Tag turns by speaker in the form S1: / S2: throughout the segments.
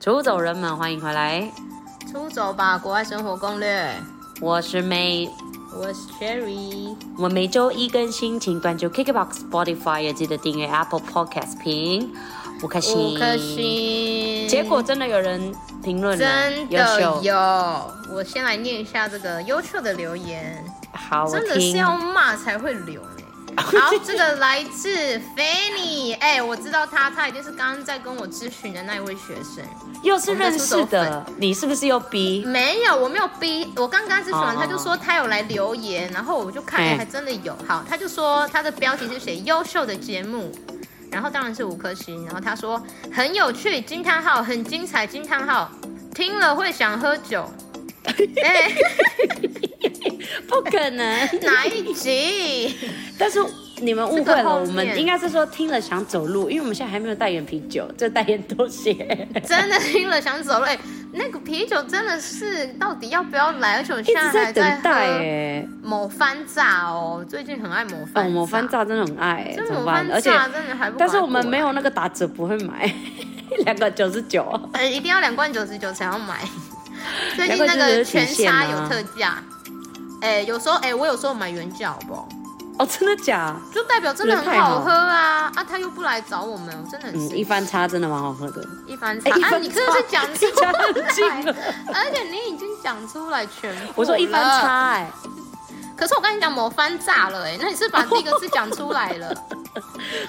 S1: 出走人们，欢迎回来，
S2: 出走吧，国外生活攻略。
S1: 我是 May。
S2: 我是 Cherry，
S1: 我们每周一更新，请关注 KKBOX、Spotify，也记得订阅 Apple Podcast 评五颗星。
S2: 五颗。星。
S1: 结果真的有人评论了，
S2: 真
S1: 优
S2: 的
S1: 秀。
S2: 有，我先来念一下这个优秀的留言，
S1: 好，我
S2: 真的是
S1: 听。
S2: 要骂才会 留呢。好，这个来自 Fanny，哎、我知道他，他一定是刚刚在跟我咨询的那一位学生。
S1: 又是认识
S2: 我们的
S1: 的，你是不是又逼？
S2: 没有，我没有逼，我刚刚咨询完，
S1: 哦
S2: 他就说他有来留言，然后我就看，
S1: 哎
S2: 哎还真的有。好，他就说他的标题是写优秀的节目，然后当然是五颗星，然后他说很有趣，惊叹号，很精彩，惊叹号，听了会想 喝酒。哎、
S1: 不可能！
S2: 哪一集？
S1: 但是你们误会
S2: 这个
S1: 了，
S2: 后
S1: 我
S2: 面
S1: 们应该是说听了想走路，因为我们现在还没有代言啤酒，就代言拖鞋，
S2: 真的听了想走了。哎、那个啤酒真的是到底要不要来？而且我
S1: 一
S2: 现
S1: 直
S2: 在还
S1: 等
S2: 在
S1: 待
S2: 喝
S1: 哎。
S2: 某番炸哦，最近很爱某
S1: 哦，
S2: 番
S1: 我翻，炸真的很爱哎，
S2: 这
S1: 怎
S2: 某
S1: 么办？
S2: 番炸
S1: 而且，
S2: 真的还不，啊
S1: 但是我们没。有那个打折，不会买， 两个九十九。
S2: 呃，一定要两罐九十九才 要买。最近
S1: 难怪
S2: 那
S1: 这个
S2: 个
S1: 有
S2: 全
S1: 曲线
S2: 沙
S1: 啊
S2: 有特价，哎、有时候哎、我有时候买原价好不好？
S1: 哦，真的假？
S2: 就代表真的很好喝啊啊！他又不来找我们，我真的很
S1: 嗯，一
S2: 生气
S1: 番差真的蛮好喝的。
S2: 一番
S1: 哎
S2: 差、
S1: 一
S2: 啊！
S1: 番
S2: 你真的是
S1: 差
S2: 讲出
S1: 讲得很
S2: 来
S1: 近了，
S2: 而且你已经讲出来全部
S1: 我说一番
S2: 了，
S1: 差哎，
S2: 可是我跟你讲，某番炸了哎、那你是把第一个字讲出来 了，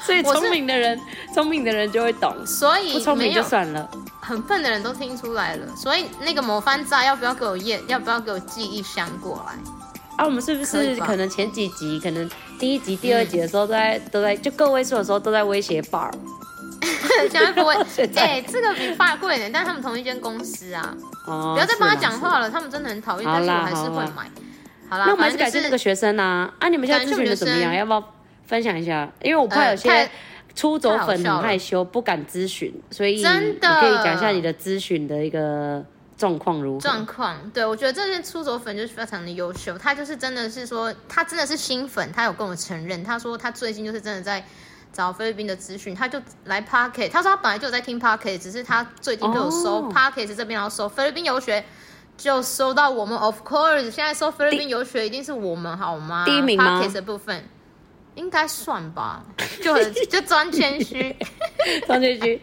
S1: 所以
S2: 我是
S1: 聪明的人，聪明的人就会懂，
S2: 所
S1: 不
S2: 以
S1: 聪
S2: 没
S1: 明
S2: 有
S1: 就算了。
S2: 很笨的人都听出来了，所以那个某番炸要不要给我验？要不要给我寄一箱过来？
S1: 啊，我们是不
S2: 可
S1: 是
S2: 以吧
S1: 可能前几集，可能第一集、第二集的时候都在、都在就个位数的时候都在威胁 bar，
S2: 现在不会
S1: 现，在
S2: 哎、这个比发贵一点，但他们同一间公司啊，
S1: 哦，
S2: 不要再帮他
S1: 是啦
S2: 讲。话了，他们真的很讨厌，
S1: 好
S2: 但是我
S1: 啦
S2: 还是
S1: 好
S2: 会
S1: 啦
S2: 买。好啦，
S1: 那我们还
S2: 反
S1: 是
S2: 正
S1: 感谢那个学生啊，啊，你们现在咨询的怎么
S2: 感谢我
S1: 样？
S2: 们学
S1: 要不要分享一下？因为我怕有
S2: 呃
S1: 些
S2: 太
S1: 出走粉
S2: 太好笑
S1: 很
S2: 了
S1: 害羞，不敢咨询，所以
S2: 真
S1: 你
S2: 的
S1: 可以讲一下你的咨询的一个状况如何
S2: 状？况，对我觉得这件出走粉就是非常的优秀，他就是真的是说，他真的是新粉，他有跟我承认，他说他最近就是真的在。找菲律宾的资讯，他就来 Pocket。他说他本来就有在听 Pocket，只是他最近就有收
S1: 哦
S2: Pocket 这边，然后收菲律宾游学，就收到我们 Of course，现在收菲律宾游学一定是我们好吗？
S1: 第一名吗
S2: Pocket 的部分应该算吧，就很就装谦虚。
S1: 张学 军，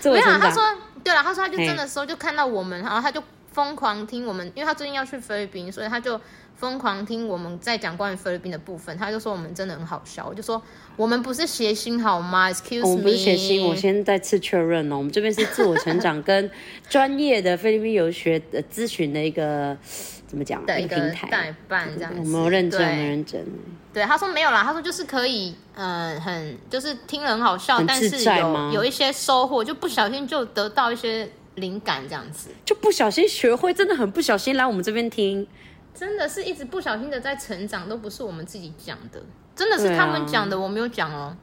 S1: 自我
S2: 没有啊，
S1: 成
S2: 他
S1: 长
S2: 说，对了，他说他就真的时候就看到我们，然后他就疯狂听我们，因为他最近要去菲律宾，所以他就疯狂听我们在讲关于菲律宾的部分。他就说我们真的很好笑，我就说我们不是谐星好吗？Excuse me，
S1: 哦我们不是写信，我先再次确认哦。我们这边是自我成长跟专业的菲律宾游学的咨询的一个怎么讲啊
S2: 的一
S1: 个
S2: 个
S1: 平台
S2: 代。办这样子。
S1: 我们有认真，啊
S2: 对
S1: 我们有认真，
S2: 对，他说没有啦，他说就是可以，嗯，很就是听了很好笑，
S1: 很
S2: 但
S1: 自
S2: 是
S1: 在吗
S2: 有有一些收获，就不小心就得到一些灵感这样子。
S1: 就不小心学会，真的很不小心来我们这边听。
S2: 真的是一直不小心的在成长，都不是我们自己讲的，真的是
S1: 对啊
S2: 他们讲的，我没有讲哦，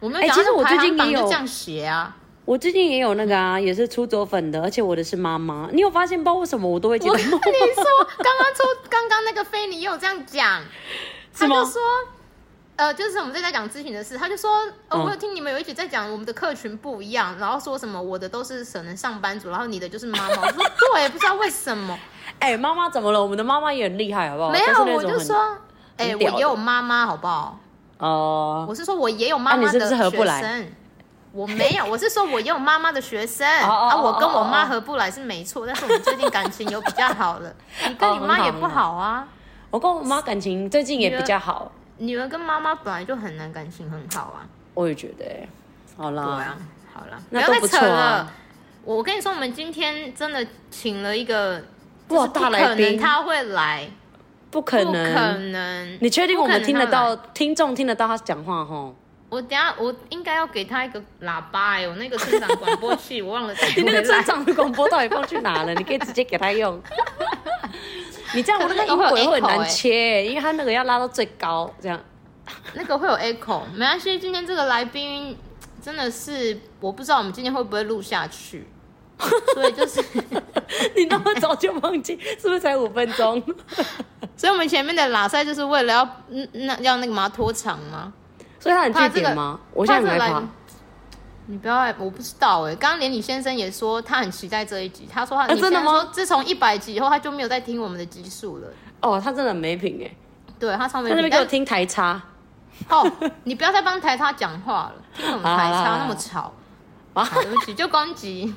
S2: 我没有讲。
S1: 哎其实我
S2: 那排
S1: 最
S2: 行
S1: 近也
S2: 榜
S1: 有
S2: 就这样写 啊，
S1: 我最近也有那个啊，也是出走粉的，而且我的是妈妈。你有发现，不知道为什么我都会接
S2: 我
S1: 到
S2: 跟你说，刚刚出刚刚那个菲尼也有这 样讲，
S1: 是
S2: 他
S1: 吗
S2: 就说。呃，就是我们在在讲咨询的事，他就说，呃，
S1: 嗯
S2: 我有听你们有一集在讲我们的客群不一样，然后说什么我的都是可能上班族，然后你的就是妈妈，我说对，不知道为什么，
S1: 哎，妈妈怎么了？我们的妈妈也很厉害，好不好？
S2: 没
S1: 都哦是
S2: 有，
S1: 那
S2: 我
S1: 种
S2: 就
S1: 很
S2: 说，哎、
S1: 很
S2: 我
S1: 屌的
S2: 也有妈妈，好不好？
S1: 哦
S2: 我是说我也有妈妈
S1: 啊
S2: 的
S1: 你是不
S2: 学生，
S1: 是合不来
S2: 我没有，我是说我也有妈妈的学生
S1: 哦哦
S2: 啊，
S1: 哦
S2: 我跟我
S1: 哦
S2: 妈
S1: 哦
S2: 合不来是没错，但是我们最近感情有比较 好了，你跟你
S1: 哦很
S2: 妈
S1: 好
S2: 也不好啊，
S1: 我跟我妈感情最近也比较好，
S2: 女儿跟妈妈本来就很难感情很好啊，
S1: 我也觉得欸。好
S2: 对
S1: 啦，
S2: 啊，好了，
S1: 那
S2: 不要
S1: 都不
S2: 再扯
S1: 错啊
S2: 了。我跟你说，我们今天真的请了一个，就
S1: 哇
S2: 是不
S1: 大来
S2: 可
S1: 宾
S2: 能他会来，
S1: 不可
S2: 不可
S1: 能。
S2: 能。
S1: 你确定我们
S2: 不可能
S1: 听得
S2: 他来
S1: 到，听众听得到他讲话 吼？
S2: 我等下我应该要给他一个喇叭哎、我那个村长广播器我忘了带回来。
S1: 你那个村长的广播到底放去哪了？你可以直接给他 用。你这样我那个音轨会很
S2: 欸
S1: 难切，因为他那个要拉到最高，这样
S2: 那个会有 echo，没关系。今天这个来宾真的是，我不知道我们今天会不会录下去，所 以就是，
S1: 你那么早就忘记，是不是才五分钟？
S2: 所以我们前面的拉塞就是为了要嗯那要那个嘛拖长吗？
S1: 所以他很
S2: 怕
S1: 据
S2: 这个
S1: 点吗？我现在很害
S2: 怕这个
S1: 怕
S2: 来。你不要害，我不知道哎、刚刚连李先生也说他很期待这一集，他说他、
S1: 啊
S2: 李先生
S1: 真的吗
S2: 说自从一百集以后，他就没有再听我们的集数了。
S1: 哦，他真的很没品哎，
S2: 对他
S1: 他
S2: 上面
S1: 在那边给我
S2: 但
S1: 听台 差，
S2: 哦，你不要再帮台差讲话了，听我们台
S1: 好啦好
S2: 差
S1: 啦
S2: 那么吵，
S1: 啊
S2: 好对不起，就攻击。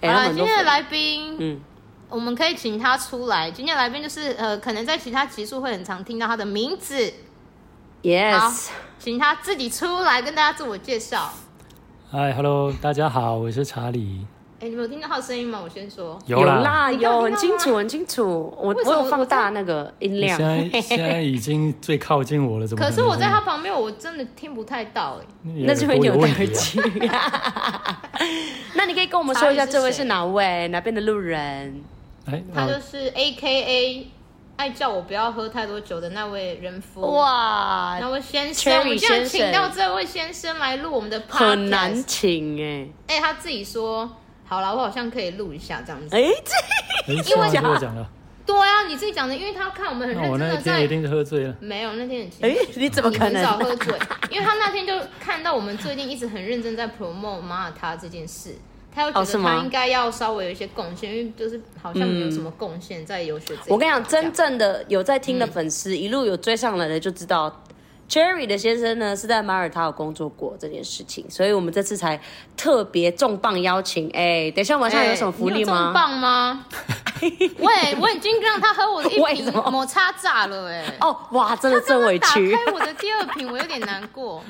S1: 哎，
S2: 好
S1: 他
S2: 了，
S1: 很
S2: 今
S1: 多
S2: 天的
S1: 粉，
S2: 来宾，
S1: 嗯，
S2: 我们可以请他出来。今天的来宾就是呃，可能在其他集数会很常听到他的名字，好
S1: yes，
S2: 请他自己出来跟大家自我介绍。
S3: 嗨，Hello，大家好，我是查理。
S2: 哎、你们有听到他的声音吗？我先说，
S3: 有啦，
S1: 啦
S2: 你看
S1: 有，
S2: 得
S1: 很
S2: 到
S1: 清
S2: 吗
S1: 楚很清楚，我
S2: 为什
S1: 我
S2: 么
S1: 有放大那个音
S3: 现
S1: 量，
S3: 在现在已经最靠近我了，怎么
S2: 可
S3: 能？
S2: 是我在他旁边，我真的听不太到哎、
S3: 你
S1: 那
S3: 耳
S1: 就
S3: 朵
S1: 会
S3: 有
S1: 扭
S3: 问
S1: 蛋
S3: 题、啊。
S1: 机。 那你可以跟我们说一下这位是哪位，哪边的路人？
S3: 哎，
S2: 他就
S3: 啊，
S2: 是 A K A 爱叫我不要喝太多酒的那位人夫。
S1: 哇，
S2: 那位先生，
S1: Cherry
S2: 我们竟然
S1: 先生
S2: 请到这位先生来录我们的 podcast，
S1: 很难请哎
S2: 哎、他自己说，好了，我好像可以录一下这样 子。
S1: 哎，这
S3: 哎，是吗
S1: 讲
S3: 是我讲了，
S2: 对啊，你自己讲的，因为他看我们很
S3: 那
S2: 认
S3: 哦我
S2: 真
S3: 那
S2: 的
S3: 一天一
S2: 在。
S3: 定是喝醉了。
S2: 没有，那天很清
S1: 哎
S2: 醒，
S1: 你怎么
S2: 你
S1: 可
S2: 很少喝
S1: 能？
S2: 醉，因为他那天就看到我们最近一直很认真在 promote 马耳他这件事，他又觉
S1: 哦是
S2: 得
S1: 吗
S2: 他应该要稍微有一些贡献，因为就是好像没有什么贡献在游学这一块。
S1: 我跟你讲，
S2: 这样
S1: 真
S2: 嗯
S1: 正的有在听的粉丝，一路有追上来的就知道。Jerry 的先生呢是在马耳他有工作过这件事情，所以我们这次才特别重磅邀请。哎、等一下晚上有什么福利
S2: 哎你有重
S1: 吗？
S2: 磅吗？哎 喂，我已经让他喝 我的一
S1: 为什
S2: 瓶
S1: 么
S2: 抹茶炸了 哎、
S1: 哦，哇，真的真委
S2: 打
S1: 屈。
S2: 开我的第二瓶，我有点难 过。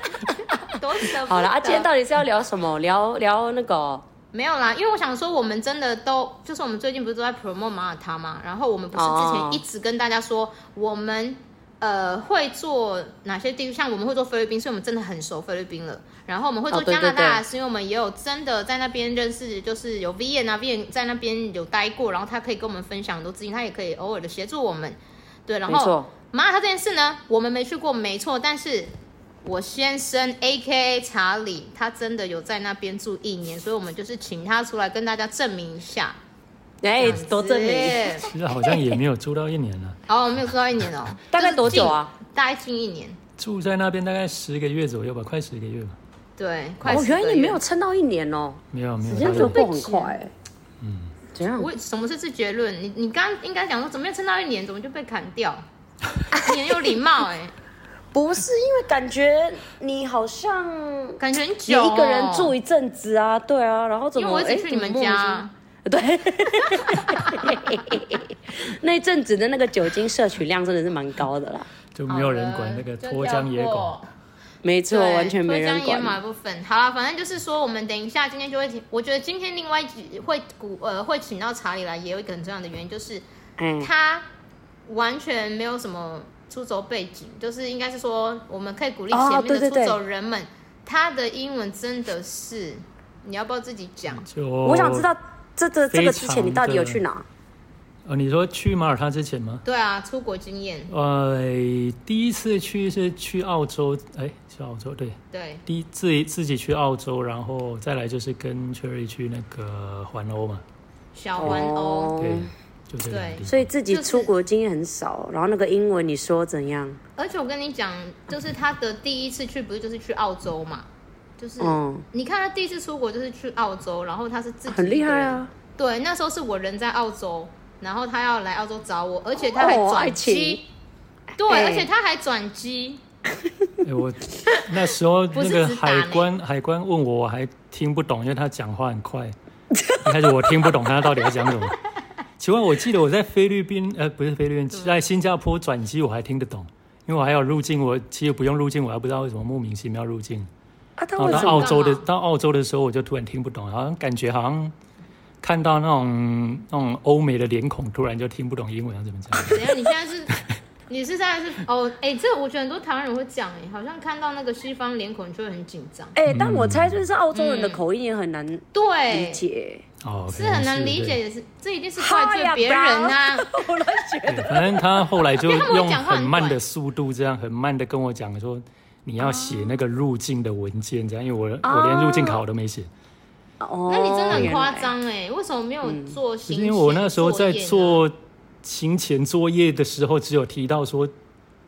S2: 多舍不得
S1: 好了，啊，今天到底是要聊什么？聊聊那个哦、
S2: 没有啦，因为我想说，我们真的都就是我们最近不是都在 promote 马耳他嘛，然后我们不是之
S1: 哦
S2: 前一直跟大家说，我们呃会做哪些地区，像我们会做菲律宾，所以我们真的很熟菲律宾了。然后我们会做
S1: 哦对
S2: 加拿大，
S1: 对对
S2: 是因为我们也有真的在那边认识，就是有 Vian 啊，Vian 在那边有待过，然后他可以跟我们分享很多资讯，他也可以偶尔的协助我们。对，然
S1: 没
S2: 后
S1: 错，
S2: 马耳他这件事呢，我们没去过，没错，但是我先生 A K A 查理，他真的有在那边住一年，所以我们就是请他出来跟大家证明一下。
S1: 哎、多证明。
S2: 是。
S3: 其实好像也没有住到一年了，
S2: 哦，我没有住到一年哦，
S1: 大概多久啊
S2: 就是近？大概近一年，
S3: 住在那边大概十个月左右吧，快十个月吧。
S2: 对，快
S1: 哦，
S2: 10
S1: 原
S2: 个
S1: 来
S2: 月
S1: 你没有。撑到一年哦，
S3: 没有没有
S1: 时
S3: 没
S1: 间流
S3: 有，
S1: 过很快哎。
S3: 嗯，
S1: 怎样？
S2: 我什么是自觉论？你你刚刚应该讲说怎么没有撑到一年，怎么就被砍掉？ 你很有礼貌哎、
S1: 不是因为感觉你好像
S2: 感觉很久、哦
S1: 有一个人住，一阵子啊，对啊，然后怎
S2: 因
S1: 么？
S2: 为我一
S1: 哎
S2: 直去你们
S1: 怎么
S2: 家、
S1: 莫名其妙对，那一阵子的那个酒精摄取量真的是蛮高的啦，
S3: 就没有人管那个脱缰野狗。。
S1: 没错，
S2: 对，
S1: 完全没人
S2: 脱缰野马
S1: 管。
S2: 的部分，好了，反正就是说，我们等一下今天就会请，我觉得今天另外一集会鼓呃会请到查理来，也有一个很重要的原因，就是
S1: 哎，
S2: 他完全没有什么出走背景，就是应该是说我们可以鼓励
S1: 哦
S2: 前
S1: 对对
S2: 面的
S1: 对
S2: 出走人们，他的英文真的是，你要不要自己讲？
S3: 就
S1: 哦我想知道这这这个
S3: 非
S1: 之前你
S3: 常
S1: 到底有
S3: 的
S1: 去哪？
S3: 哦，你说去马耳他之前吗？
S2: 对啊，出国经验，
S3: 呃，第一次去是去澳洲，哎，去澳洲对，
S2: 对，
S3: 第一自己自己去澳洲，然后再来就是跟 Cherry 去那个环欧嘛，
S2: 小玩偶。
S1: 哦
S3: 对，就这两
S2: 对
S3: 地。
S1: 所以自己
S2: 就是
S1: 出国经验很少，然后那个英文你说怎样？
S2: 而且我跟你讲，就是他的第一次去不是就是去澳洲嘛，就是。
S1: 嗯，
S2: 你看他第一次出国就是去澳洲，然后他是自己
S1: 很厉害
S2: 一个人。
S1: 啊！
S2: 对，那时候是我人在澳洲，然后他要来澳洲找我，而且他还
S1: 哦爱
S2: 转
S1: 情
S2: 机。对，
S1: 哎
S2: 而且他还转机。
S3: 哎， 我那时候
S2: 不
S3: 那
S2: 是
S3: 个
S2: 只打
S3: 海
S2: 呢
S3: 关海关问我，我还听不懂，因为他讲话很快，一开始我听不懂他到底要讲 什么。请问，我记得我在菲律宾，呃，不是菲律宾，在新加坡转机我还听得懂，因为我还有入境，我其实不用入境，我还不知道为什么莫名其妙入境。
S1: 啊，他
S3: 然后
S1: 为
S3: 到
S1: 什么
S3: 哦澳洲的
S2: 干嘛
S3: 到澳洲的时候，我就突然听不懂，好像感觉好像看到那种那种欧美的脸孔，突然就听不懂英文要怎么讲。
S2: 怎样？你现在是， 你是现在是哦？哎、这我觉得很多台湾人会讲，哎，好像看到那个西方脸孔就会很紧张。
S1: 哎、但我猜就是澳洲人的口音也很难理
S2: 对，
S1: 解。
S3: 哦，
S2: 是很难理解，
S3: 对。
S2: 也是这一定是怪罪别人啊。
S1: 我乱觉得，
S3: 对反正他后来就
S2: 因为 他们
S3: 用
S2: 讲话很
S3: 很慢
S2: 快
S3: 的速度，这样很慢的跟我讲说，你要
S2: 哦
S3: 写那个入境的文件，这样，因为我我连入境卡我都没写，
S1: 哦
S2: 那你真的很夸
S1: 原来嗯
S2: 张哎，为什么没有做
S3: 就
S2: 行
S3: 是
S2: 前
S3: 因为我那时候在
S2: 作业呢
S3: 做行前作业的时候，只有提到说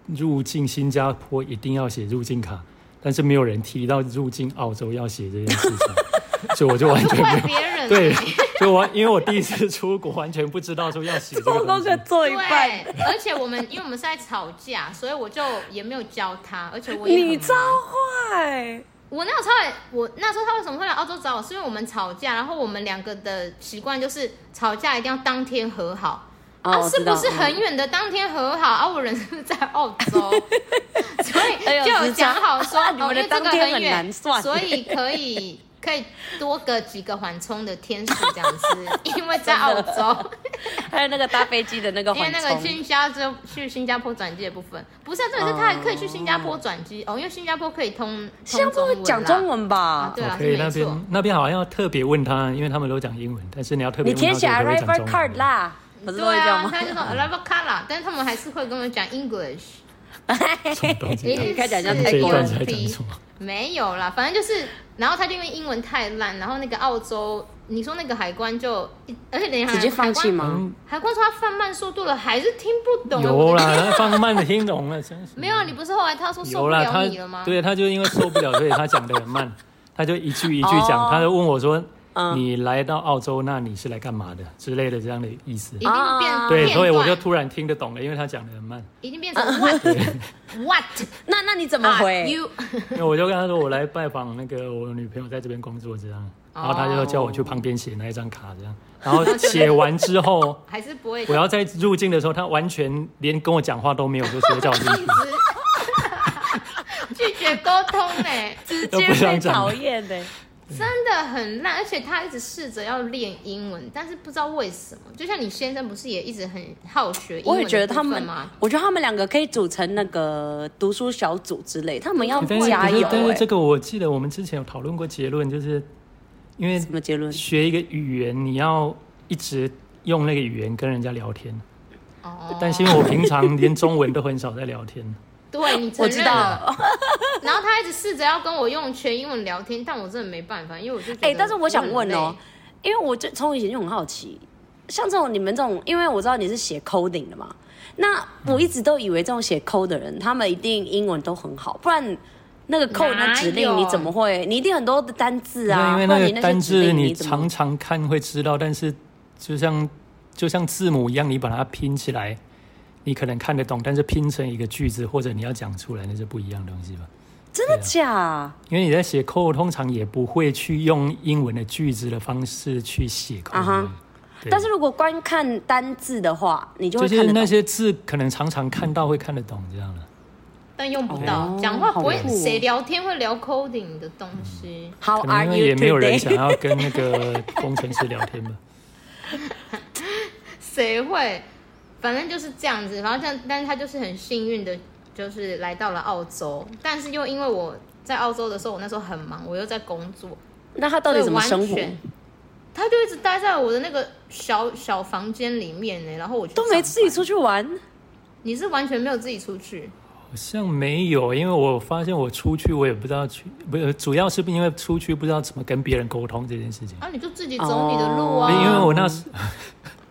S3: 入境新加坡一定要写入境卡，但是没有人提到入境澳洲要写这件事情，所以我就完全没
S2: 怪
S3: 有。
S2: 别人，啊
S3: 对，所以我因为我第一次出国，完全不知道说要写这
S1: 做
S3: 个
S1: 功
S3: 东西
S1: 课。做 一
S2: 对
S1: 半，，
S2: 而且我们因为我们是在吵架，所以我就也没有教他，而且我也很
S1: 你超
S2: 忙
S1: 坏。
S2: 我那时候也，我那时候他为什么会来澳洲找我？是因为我们吵架，然后我们两个的习惯就是吵架一定要当天和好。
S1: 哦
S2: 啊，
S1: 我知
S2: 是不
S1: 道
S2: 是很远的当天和好？啊，我人是在澳 洲，所以
S1: 哎呦
S2: 就有
S1: 时差
S2: 讲 好说，
S1: 你
S2: 哦，
S1: 们的
S2: 因为这个
S1: 当天很
S2: 远，
S1: 难算
S2: 所以可以可以多个几个缓冲的天数这样子， 因为在澳洲。
S1: 还有那个搭飞机的那个
S2: 因为
S1: 缓
S2: 那个
S1: 冲，
S2: 新加坡去新加坡转机的部分，不是、啊，重点是他还可以去新加坡转机哦因为新加坡可以通，
S1: 新加坡
S2: 通
S1: 会
S2: 文啦
S1: 讲中文吧
S2: 啊？对啊，
S3: 哦可以
S2: 是
S3: 那
S2: 没错。
S3: 边那边好像要特别问他，因为他们都讲英文，但是你要特
S1: 你
S3: 别问他
S1: 填写
S3: 说可不可
S1: arrival
S3: 以讲中
S1: card
S3: 文。嗯
S1: 啦，不是都
S2: 对
S1: 会这样
S2: 啊，
S1: 吗？
S2: 他就说 arrival c a r 啦，但是他们还是会跟我讲 English，
S1: 啊
S3: 什么东 西？
S1: 你看起来像
S3: 你
S1: 泰
S3: 这一
S1: 国
S3: 段
S1: 人
S3: 在讲什么？
S2: 没有啦，反正就是，然后他就因为英文太烂，然后那个澳洲，你说那个海关就，而且连海
S1: 直接放弃？
S2: 海关
S1: 吗？
S3: 嗯，
S2: 海关说他放慢速度了，还是听不懂。
S3: 有 啦，放慢的听懂了，真是
S2: 没有啊，你不是后来他说受
S3: 有
S2: 不
S3: 啦，
S2: 了你了
S3: 他
S2: 吗？
S3: 对，他就因为受不了，所以他讲的 很慢，他就一句一句
S1: 哦
S3: 讲，他就问我说
S1: 嗯：“
S3: 你来到澳洲，那你是来干嘛的？”之类的这样的意思
S2: 一。定变、
S1: 啊
S3: 对，
S2: 片
S3: 所以我就
S2: 段
S3: 突然听得懂了，因为他讲的很慢，
S2: 已经变成 what what
S1: 那那你啊 怎么
S2: 啊
S1: 回？
S2: you
S3: 因为我就跟他说我来拜访那个我女朋友在这边工作这样，
S2: 哦
S3: 然后他就叫我去旁边写那一张卡这样，然后写完 之后，
S2: 还是不会
S3: 我要在入境的时候，他完全连跟我讲话都没有，就直接叫我 进去。
S2: 拒绝沟通哎、
S1: 直
S3: 都
S1: 接
S3: 不想
S1: 被欸
S3: 讲
S1: 讨厌的，
S2: 真的很烂，而且他一直试着要练英文，但是不知道为什么，就像你先生不是也一直很好学英
S1: 我
S2: 文
S1: 也觉得他
S2: 的
S1: 们
S2: 部分吗？，
S1: 我觉得他们两个可以组成那个读书小组之类，他们要
S3: 但是
S1: 加
S3: 可是
S1: 油
S3: 但
S2: 欸
S3: 是
S1: 哎
S3: 这。个我记得我们之前有讨论过结论，就是因为
S1: 欸什么结论？
S3: 学一个语言，你要一直用那个语言跟人家聊天。
S2: 哦，
S3: 但是因为我平常连中文都很少在聊天，
S2: 对你承
S1: 我知
S2: 认
S1: 道
S2: 了，，然后他一直试着要跟我用全英文聊天，但我真的没办法，因为我就觉得
S1: 哎、但是我想问
S2: 我
S1: 哦
S2: 很累，
S1: 因为我就从以前就很好奇，像这种你们这种，因为我知道你是写 coding 的嘛，那我一直都以为这种写 code 的人，他们一定英文都很好，不然那个 code
S2: 哪
S1: 的指令
S2: 有
S1: 你怎么会？你一定很多的单字啊，
S3: 因为
S1: 不
S3: 那
S1: 然你
S3: 个
S1: 些
S3: 单
S1: 指
S3: 字
S1: 令
S3: 你
S1: 怎么
S3: 常常看会知道，但是就像就像字母一样，你把它拼起来，你可能看得懂，但是拼成一个句子或者你要讲出来，那是不一样的东西吧。
S1: 真的假？
S3: 因为你在写 code，通常也不会去用英文的句子的方式去写 code，、
S1: 啊哈
S3: 对
S1: 但是如果光看单字的话，你就
S3: 就
S1: 会看
S3: 是
S1: 得
S3: 那
S1: 懂。
S3: 些字可能常常看到会看得懂这样的。
S2: 但用不到
S1: 哦
S2: 讲话不会
S1: 好酷，哦
S2: 谁聊天会聊 coding 的东西？
S1: How
S3: 可
S1: are
S3: 能
S1: you
S3: 也没有人想
S1: today？
S3: 要跟 那个工程师聊天吧。
S2: 谁
S1: 嗯
S2: 会？反正就是这样子。然后但但是他就是很幸运的，就是来到了澳洲。但是又因为我在澳洲的时候，我那时候很忙，我又在工作，
S1: 那他到底怎么
S2: 所以
S1: 生
S2: 完
S1: 活？
S2: 全他就一直待在我的那个小小房间里面欸呢。然后我去
S1: 都没
S2: 上
S1: 自己出去 玩，
S2: 你是完全没有自己出去，
S3: 好像没有，因为我发现我出去，我也不知道去，不是，主要是因为出去不知道怎么跟别人沟通这件事情。
S2: 啊，你就自己走你的路
S1: 哦
S2: 啊。
S3: 因为我 那时，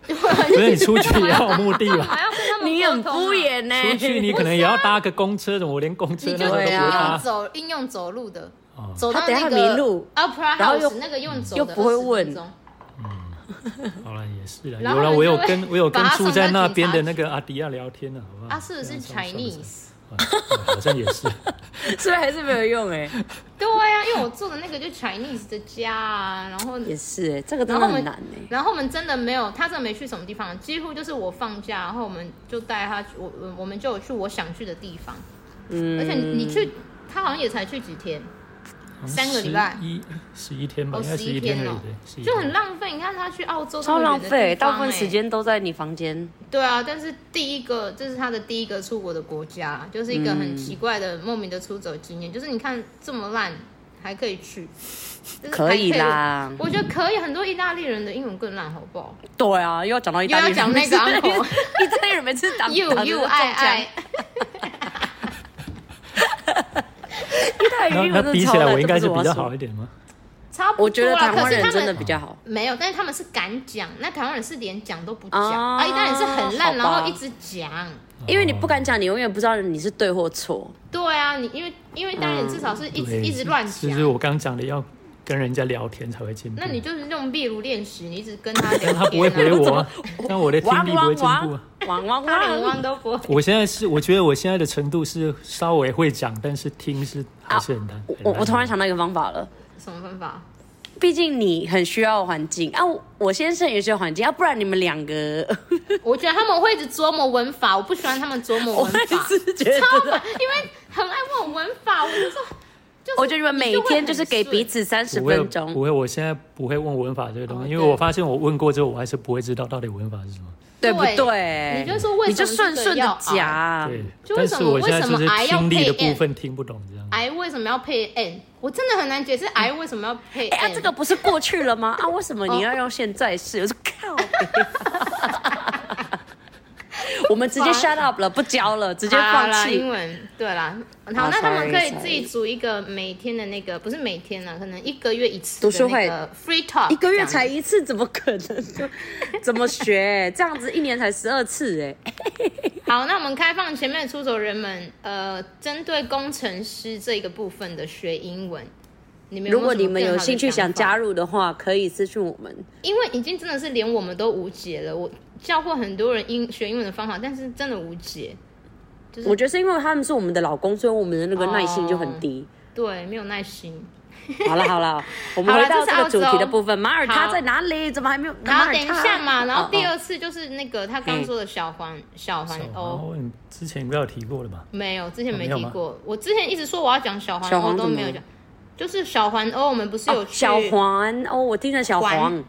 S3: 不是你出去也要有目的 吧？
S2: 还要跟他们
S1: 你很
S2: 沟通啊
S1: 敷衍呢、
S3: 出去你可能也要搭个公车，怎么我连公车
S2: 你
S3: 那
S2: 就
S3: 时候
S2: 是
S3: 都
S2: 应
S3: 不
S1: 对啊
S2: 用
S3: 会搭。
S2: 走应用走路的，
S3: 哦
S2: 走到
S1: 他等
S2: 那
S1: 下
S2: 个
S1: 迷路
S2: Opera
S1: 然后又
S2: House 那个用走的
S1: 又不会问
S2: 20分钟
S3: 好了，也 是了。
S2: 然后
S3: 有了，
S2: 你就
S3: 我有
S2: 会
S3: 跟我有跟
S2: 把他
S3: 住
S2: 送
S3: 在
S2: 到
S3: 那
S2: 警
S3: 边
S2: 察
S3: 的
S2: 局
S3: 那个阿迪亚聊天了，好不好？
S2: 啊，是不是
S3: 这样算不算
S2: Chinese？
S3: 啊好像也是。
S1: 所以还 是没有用哎、
S2: 对呀、因为我住的那个就 Chinese 的家啊，然后
S1: 也是哎、这个真
S2: 然
S1: 的
S2: 后我们
S1: 很难哎、
S2: 然后我们真的没有，他真的没去什么地方，几乎就是我放假，然后我们就带他去，我我我们就有去我想去的地方，
S1: 嗯，
S2: 而且你去，他好像也才去几天， 三个礼拜
S3: 一十一天吧，
S2: 哦
S3: 应该
S2: 11
S3: 一
S2: 天
S3: 而已
S2: 哦，
S3: 对，11
S2: 就很
S3: 天
S2: 浪费。你看他去澳洲
S1: 超
S2: 这么
S1: 浪
S2: 远的地
S1: 费，
S2: 方
S1: 大部分
S2: 欸
S1: 时间都在你房间。
S2: 对啊，但是第一个这是他的第一个出国的国家，就是一个
S1: 嗯
S2: 很奇怪的、莫名的出走经验。就是你看这么烂还可以去，就是还
S1: 可以啦
S2: 我觉得可以。很多意大利人的英文更烂，好不好？
S1: 对啊，又要讲到意大利人，
S2: 又要讲那个 uncle
S1: 意大利人每次打
S2: 又
S1: 打
S2: 又
S1: 都
S2: 爱
S1: 中奖
S2: 爱，
S1: 意大利人英文真
S2: 哎
S3: 那那
S1: 的
S3: 比
S1: 超
S3: 起
S1: 烂
S3: 来，我应该是
S1: 这不
S3: 比
S1: 我
S3: 较
S1: 要说
S3: 好一点吗？
S2: 差不
S1: 我
S2: 多
S1: 觉得
S2: 啦。
S1: 台湾
S2: 可是
S1: 人
S2: 他
S1: 真的
S2: 们
S1: 比较好，
S2: 没有，但是他们是敢讲，那台湾人是连讲都不讲
S1: 啊
S2: 啊。意大利人是很烂，
S1: 好吧
S2: 然后一直讲。
S1: 因为你不敢讲，你永远不知道你是对或错。
S2: 对啊，你因为因为当然你至少是一直、
S3: 嗯对
S2: 一直乱
S3: 就
S2: 讲
S3: 就，是我刚刚讲的，要跟人家聊天才会进步。
S2: 那你就是用壁炉练习，你一直 跟他聊天、啊，
S3: 他不会回我啊， 但我的听
S1: 汪
S3: 力不会
S1: 汪
S3: 进步
S1: 汪
S3: 啊。
S1: 汪汪
S2: 他连汪
S1: 汪，
S2: 都不会。
S3: 我现在是，我觉得我现在的程度是稍微会讲，但是听是还是很难。
S2: 啊
S1: 我
S3: 很
S1: 我
S3: 难
S1: 我突然想到一个方法了。
S2: 什么方法？
S1: 毕竟你很需要环境啊，我我先生也需要环境啊，不然你们两个，
S2: 我觉得他们会一直琢磨文法，我不喜欢他们琢磨
S1: 我
S2: 文
S1: 还
S2: 法，
S1: 是觉得，
S2: 超烦，因为很爱问文法，我就说，就是
S1: 我觉得你们每天就是给彼此
S2: 此，
S1: 三十
S3: 不会
S1: 分
S3: 不
S1: 钟，
S3: 会，我现在不会问文法这个东
S2: 哦
S3: 西，因为
S2: 对
S3: 我发现我问过之后，我还是不会知道到底文法是什么。
S1: 对
S2: 对
S1: 不对？
S2: 你就说为什么
S1: 你就顺顺的
S2: 这个要
S1: 讲，
S3: 对，
S2: 啊就为
S3: 但
S2: 什
S3: 是
S2: 么
S3: 我现在就是
S2: 为什么 I 要
S3: 听力的
S2: 配 N？
S3: 部分听不懂这样。
S2: i 为什么要配 n？我真的很难解释 i 为什么要配
S1: 哎、啊
S2: n。，
S1: 这个不是过去了吗？啊，为什么你
S2: 哦
S1: 要用现在式？我说 靠，我们直接 shut up 了，不教了，直接
S2: 好
S1: 放
S2: 啦
S1: 弃
S2: 英。文，对啦，好，
S1: 啊
S2: 那他们
S1: sorry，
S2: 可以
S1: sorry
S2: 自己组一个每天的那个，不是每天啊啦，可能一个月一次
S1: 读书会
S2: 的那个 free talk，
S1: 一个月
S2: 这
S1: 才
S2: 样子
S1: 一次，怎么可能？ 怎么学？这样子一年才十二次、哎，
S2: 好。那我们开放前面的出走人们，呃，针对工程师这个部分的学英文，你们有
S1: 如
S2: 没
S1: 果
S2: 有什么
S1: 你们
S2: 更
S1: 有
S2: 好的
S1: 兴趣想
S2: 法
S1: 加入的话，可以私讯我们。
S2: 因为已经真的是连我们都无解了。我教过很多人英学英文的方法，但是真的无解，就是
S1: 我觉得是因为他们是我们的老公，所以我们的那个耐心就很低。
S2: 对，没有耐心。
S1: 好了好了，我们
S2: 好
S1: 回
S2: 了
S1: 到
S2: 这是
S1: 这个
S2: 澳
S1: 主题
S2: 洲
S1: 的部分。马耳他
S2: 好
S1: 在哪里？怎么还没有？
S2: 然
S1: 马
S2: 后
S1: 耳
S2: 等一
S1: 他
S2: 下嘛，然后第
S1: 哦嗯
S2: 二次就是那个他刚说的小环小环
S3: 小
S2: 欧，
S3: 哦黄，你之前应该有提过了吧？
S2: 没有，之前没
S3: 没有
S2: 提
S3: 吗
S2: 过。我之前一直说我要讲小环
S1: 小
S2: 欧
S1: 黄
S2: 都
S1: 怎么
S2: 没有
S1: 了
S2: 讲，就是小环欧我们不是
S1: 哦
S2: 有去
S1: 小黄哦，我听着小
S2: 环
S1: 黄。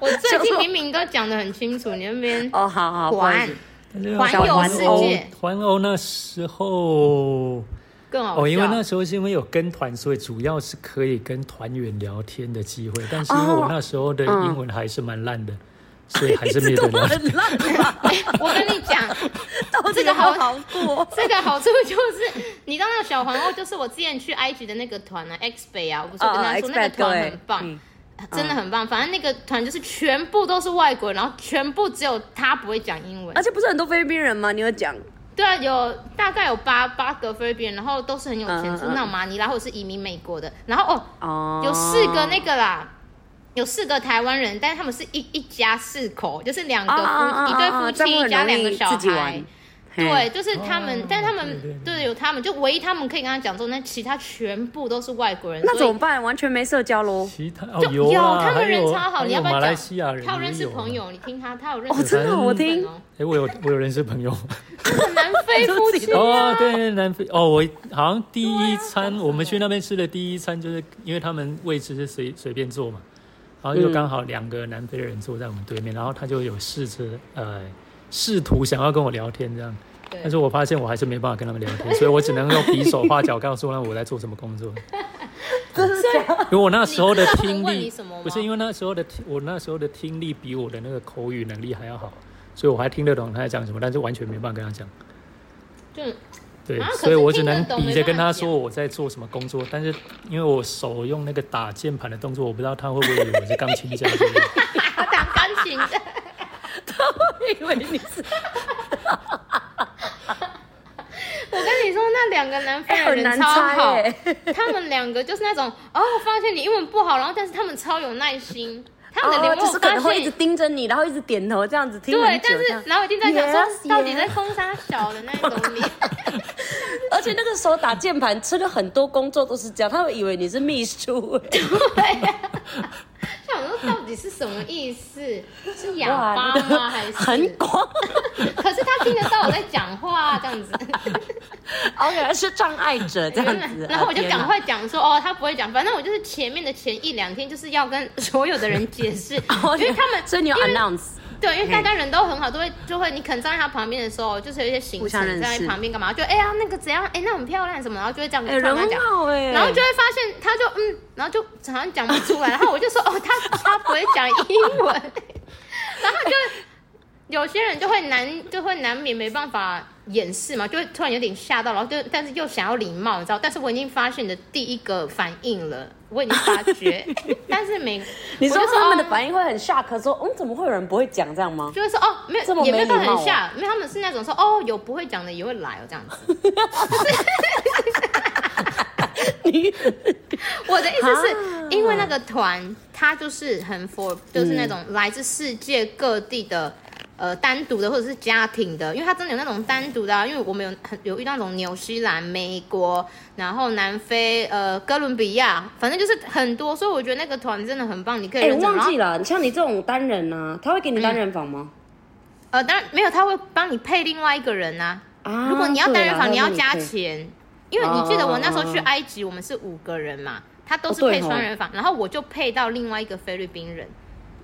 S2: 我最
S1: 小
S2: 近
S1: 黄
S2: 明明都讲得很清楚，你那边
S1: 哦，好好，不好意
S2: 环
S1: 思
S3: 但是
S2: 环
S1: 游
S3: 环
S1: 世
S3: 欧
S2: 界
S3: 环欧那时候
S2: 更好笑。
S3: 哦，因为那时候是因为有跟团，所以主要是可以跟团员聊天的机会。但是因为
S2: 哦
S3: 我那时候的英文还是蛮烂的，所以还是没
S1: 这
S3: 有
S1: 都
S3: 得
S1: 我
S3: 聊。
S2: 嗯
S1: 的烂吧，
S2: 我跟你讲，
S1: 到这个好好过。
S2: 这个好处就是， 你知道那个小黄欧，就是我之前去埃及的那个团啊，X 北啊，我不是
S1: 哦
S2: 有跟他说、那个
S1: expect
S2: 团
S1: 对
S2: 很棒，
S1: 嗯
S2: 真的很棒。反正那个团就是全部都是外国人，然后全部只有他不会讲英文
S1: 而。且不是很多菲律宾人吗？你有讲
S2: 对啊，有大概有八八个菲律宾人，然后都是很有
S1: 嗯
S2: 钱，
S1: 嗯
S2: 住那种马尼拉或者是移民美国的。然后哦，
S1: 哦，
S2: 有四个那个啦。有四个台湾人，但是他们是一一家四口，就是两个夫、
S1: 啊
S2: 一对夫
S1: 这样
S2: 妻
S1: 会
S2: 加
S1: 很
S2: 两
S1: 容
S2: 个
S1: 易
S2: 小
S1: 自己
S2: 孩
S1: 玩，。嘿
S2: 对，，就是他们，
S3: 哦
S2: 但是他们
S3: 对对对
S2: 有他们，就唯一他们可以跟他讲中，那其他全部都是外国人。
S1: 那怎
S2: 所以
S1: 么办？完全没社交 喽。
S3: 其他哦
S2: 就
S3: 有啊，
S2: 他们
S3: 还
S2: 人
S3: 有
S2: 超好，
S3: 还
S2: 你要
S3: 有
S2: 不要
S3: 马
S2: 讲？
S3: 来西亚人，
S2: 他有认识
S3: 也啊
S2: 朋。友，你听他，他有认
S1: 哦，
S2: 识
S1: 真的，
S3: 反正
S1: 我
S2: 朋友
S1: 听。
S2: 哦，
S3: 哎，我有我有认识朋友
S2: 很南 非夫妻啊，
S3: 哦，对，南非哦，我好像第一餐我们去那边吃的第一餐，就是因为他们位置是随随便坐嘛，然后就
S1: 嗯
S3: 刚好两个南非人坐在我们对面，然后他就有试着呃试图想要跟我聊天这样，
S2: 对
S3: 但是我发现我还是没办法跟他们聊天，所以我只能用比手画脚告诉他们我在做什么工 作。因为我那时候的
S2: 你
S3: 听
S2: 他们问你
S3: 力
S2: 什么吗，
S3: 不是因为那时候的听我那时候的听力比我的那个口语能力还要好，所以我还听得懂他在讲什么，但是完全没办法跟他讲。
S2: 就
S3: 对，
S2: 啊可是
S3: 所以我只能
S2: 听得懂
S3: 比着跟他
S2: 没办法
S3: 说我在做什么工作，但是因为我手用那个打键盘的动作，我不知道他会不会以为我是钢琴家 之类的。
S2: 他弹钢琴 的，
S1: 以为你是
S2: 我跟你说，那两个南非
S1: 很
S2: 人
S1: 难
S2: 超好，
S1: 猜哎。
S2: 他们两个就是那种哦，我发现你英文不好，然后但是他们超有耐心，他们的
S1: 哦，
S2: 脸
S1: 就
S2: 我
S1: 是可能
S2: 发
S1: 会
S2: 现
S1: 一直盯着你，然后一直点头这样子听
S2: 对
S1: 很，久
S2: 但
S1: 这样
S2: 是。然后我一定在讲说
S1: Yes,
S2: 到底在封杀小的那种脸。
S1: 而且那个时候打键盘，真的很多工作都是这样，他们以为你是秘 书。哎
S2: 想说到底是什么意思？是哑巴吗？还是
S1: 很广，
S2: 可是他听得到我在讲话、啊，这样子。
S1: 哦，原来是障碍者 这样子。
S2: 然后我就
S1: 啊
S2: 赶。快讲说，哦，他不会讲。反正我就是前面的前一两天，就是要跟所有的人 解释，
S1: 啊天哪
S2: 因为他们
S1: 哦所以你有
S2: 因为
S1: announce，
S2: 对，因为大家人都很好，都会就会你可能站在他旁边的时候，就是有一些行
S1: 互相认
S2: 程
S1: 识
S2: 在旁边干嘛，就哎呀那个怎样，哎那很漂亮什么，然后就会这样
S1: 哎，
S2: 跟
S1: 人
S2: 他
S1: 很
S2: 讲。
S1: 好哎。
S2: 然后就会发现，他就嗯，然后就好像讲不出 来，然后我就说哦，他他不会讲英文，然后就有些人就会难就会难免没办法掩饰嘛，就会突然有点吓到，然后就但是又想要礼貌，你知道？但是我已经发现你的第一个反应了，我已经发 觉，但是每
S1: 你
S2: 我
S1: 说
S2: 就
S1: 他们的
S2: 哦
S1: 反应会很 shock，说嗯，怎么会有人不会讲这样吗？
S2: 就会说哦，没
S1: 这么
S2: 有，也没有
S1: 没
S2: 到
S1: 礼貌啊
S2: 很吓，没有，他们是那种说哦，有不会讲的也会来哦，这样子。
S1: 你
S2: 我的意思
S1: 啊
S2: 是因为那个团，它就是很 for，就是那种
S1: 嗯
S2: 来自世界各地的。呃，单独的或者是家庭的，因为它真的有那种单独的、啊，因为我们有很有遇到那种纽西兰、美国，然后南非、呃哥伦比亚，反正就是很多，所以我觉得那个团真的很棒，你可以
S1: 哎、
S2: 认
S1: 我
S2: 真。
S1: 忘
S2: 然后
S1: 记了，像你这种单人呢、啊，他会给你单人房吗？
S2: 呃，当然没有，他会帮你配另外一个人啊。
S1: 啊
S2: 如果你要单人
S1: 对啦
S2: 房，你要
S1: 那你
S2: 加
S1: 可以
S2: 钱，因为你记得我那时候去
S1: 哦
S2: 埃及，我们是五个人嘛，他都是
S1: 哦对
S2: 配
S1: 吼
S2: 双人房，然后我就配到另外一个菲律宾人，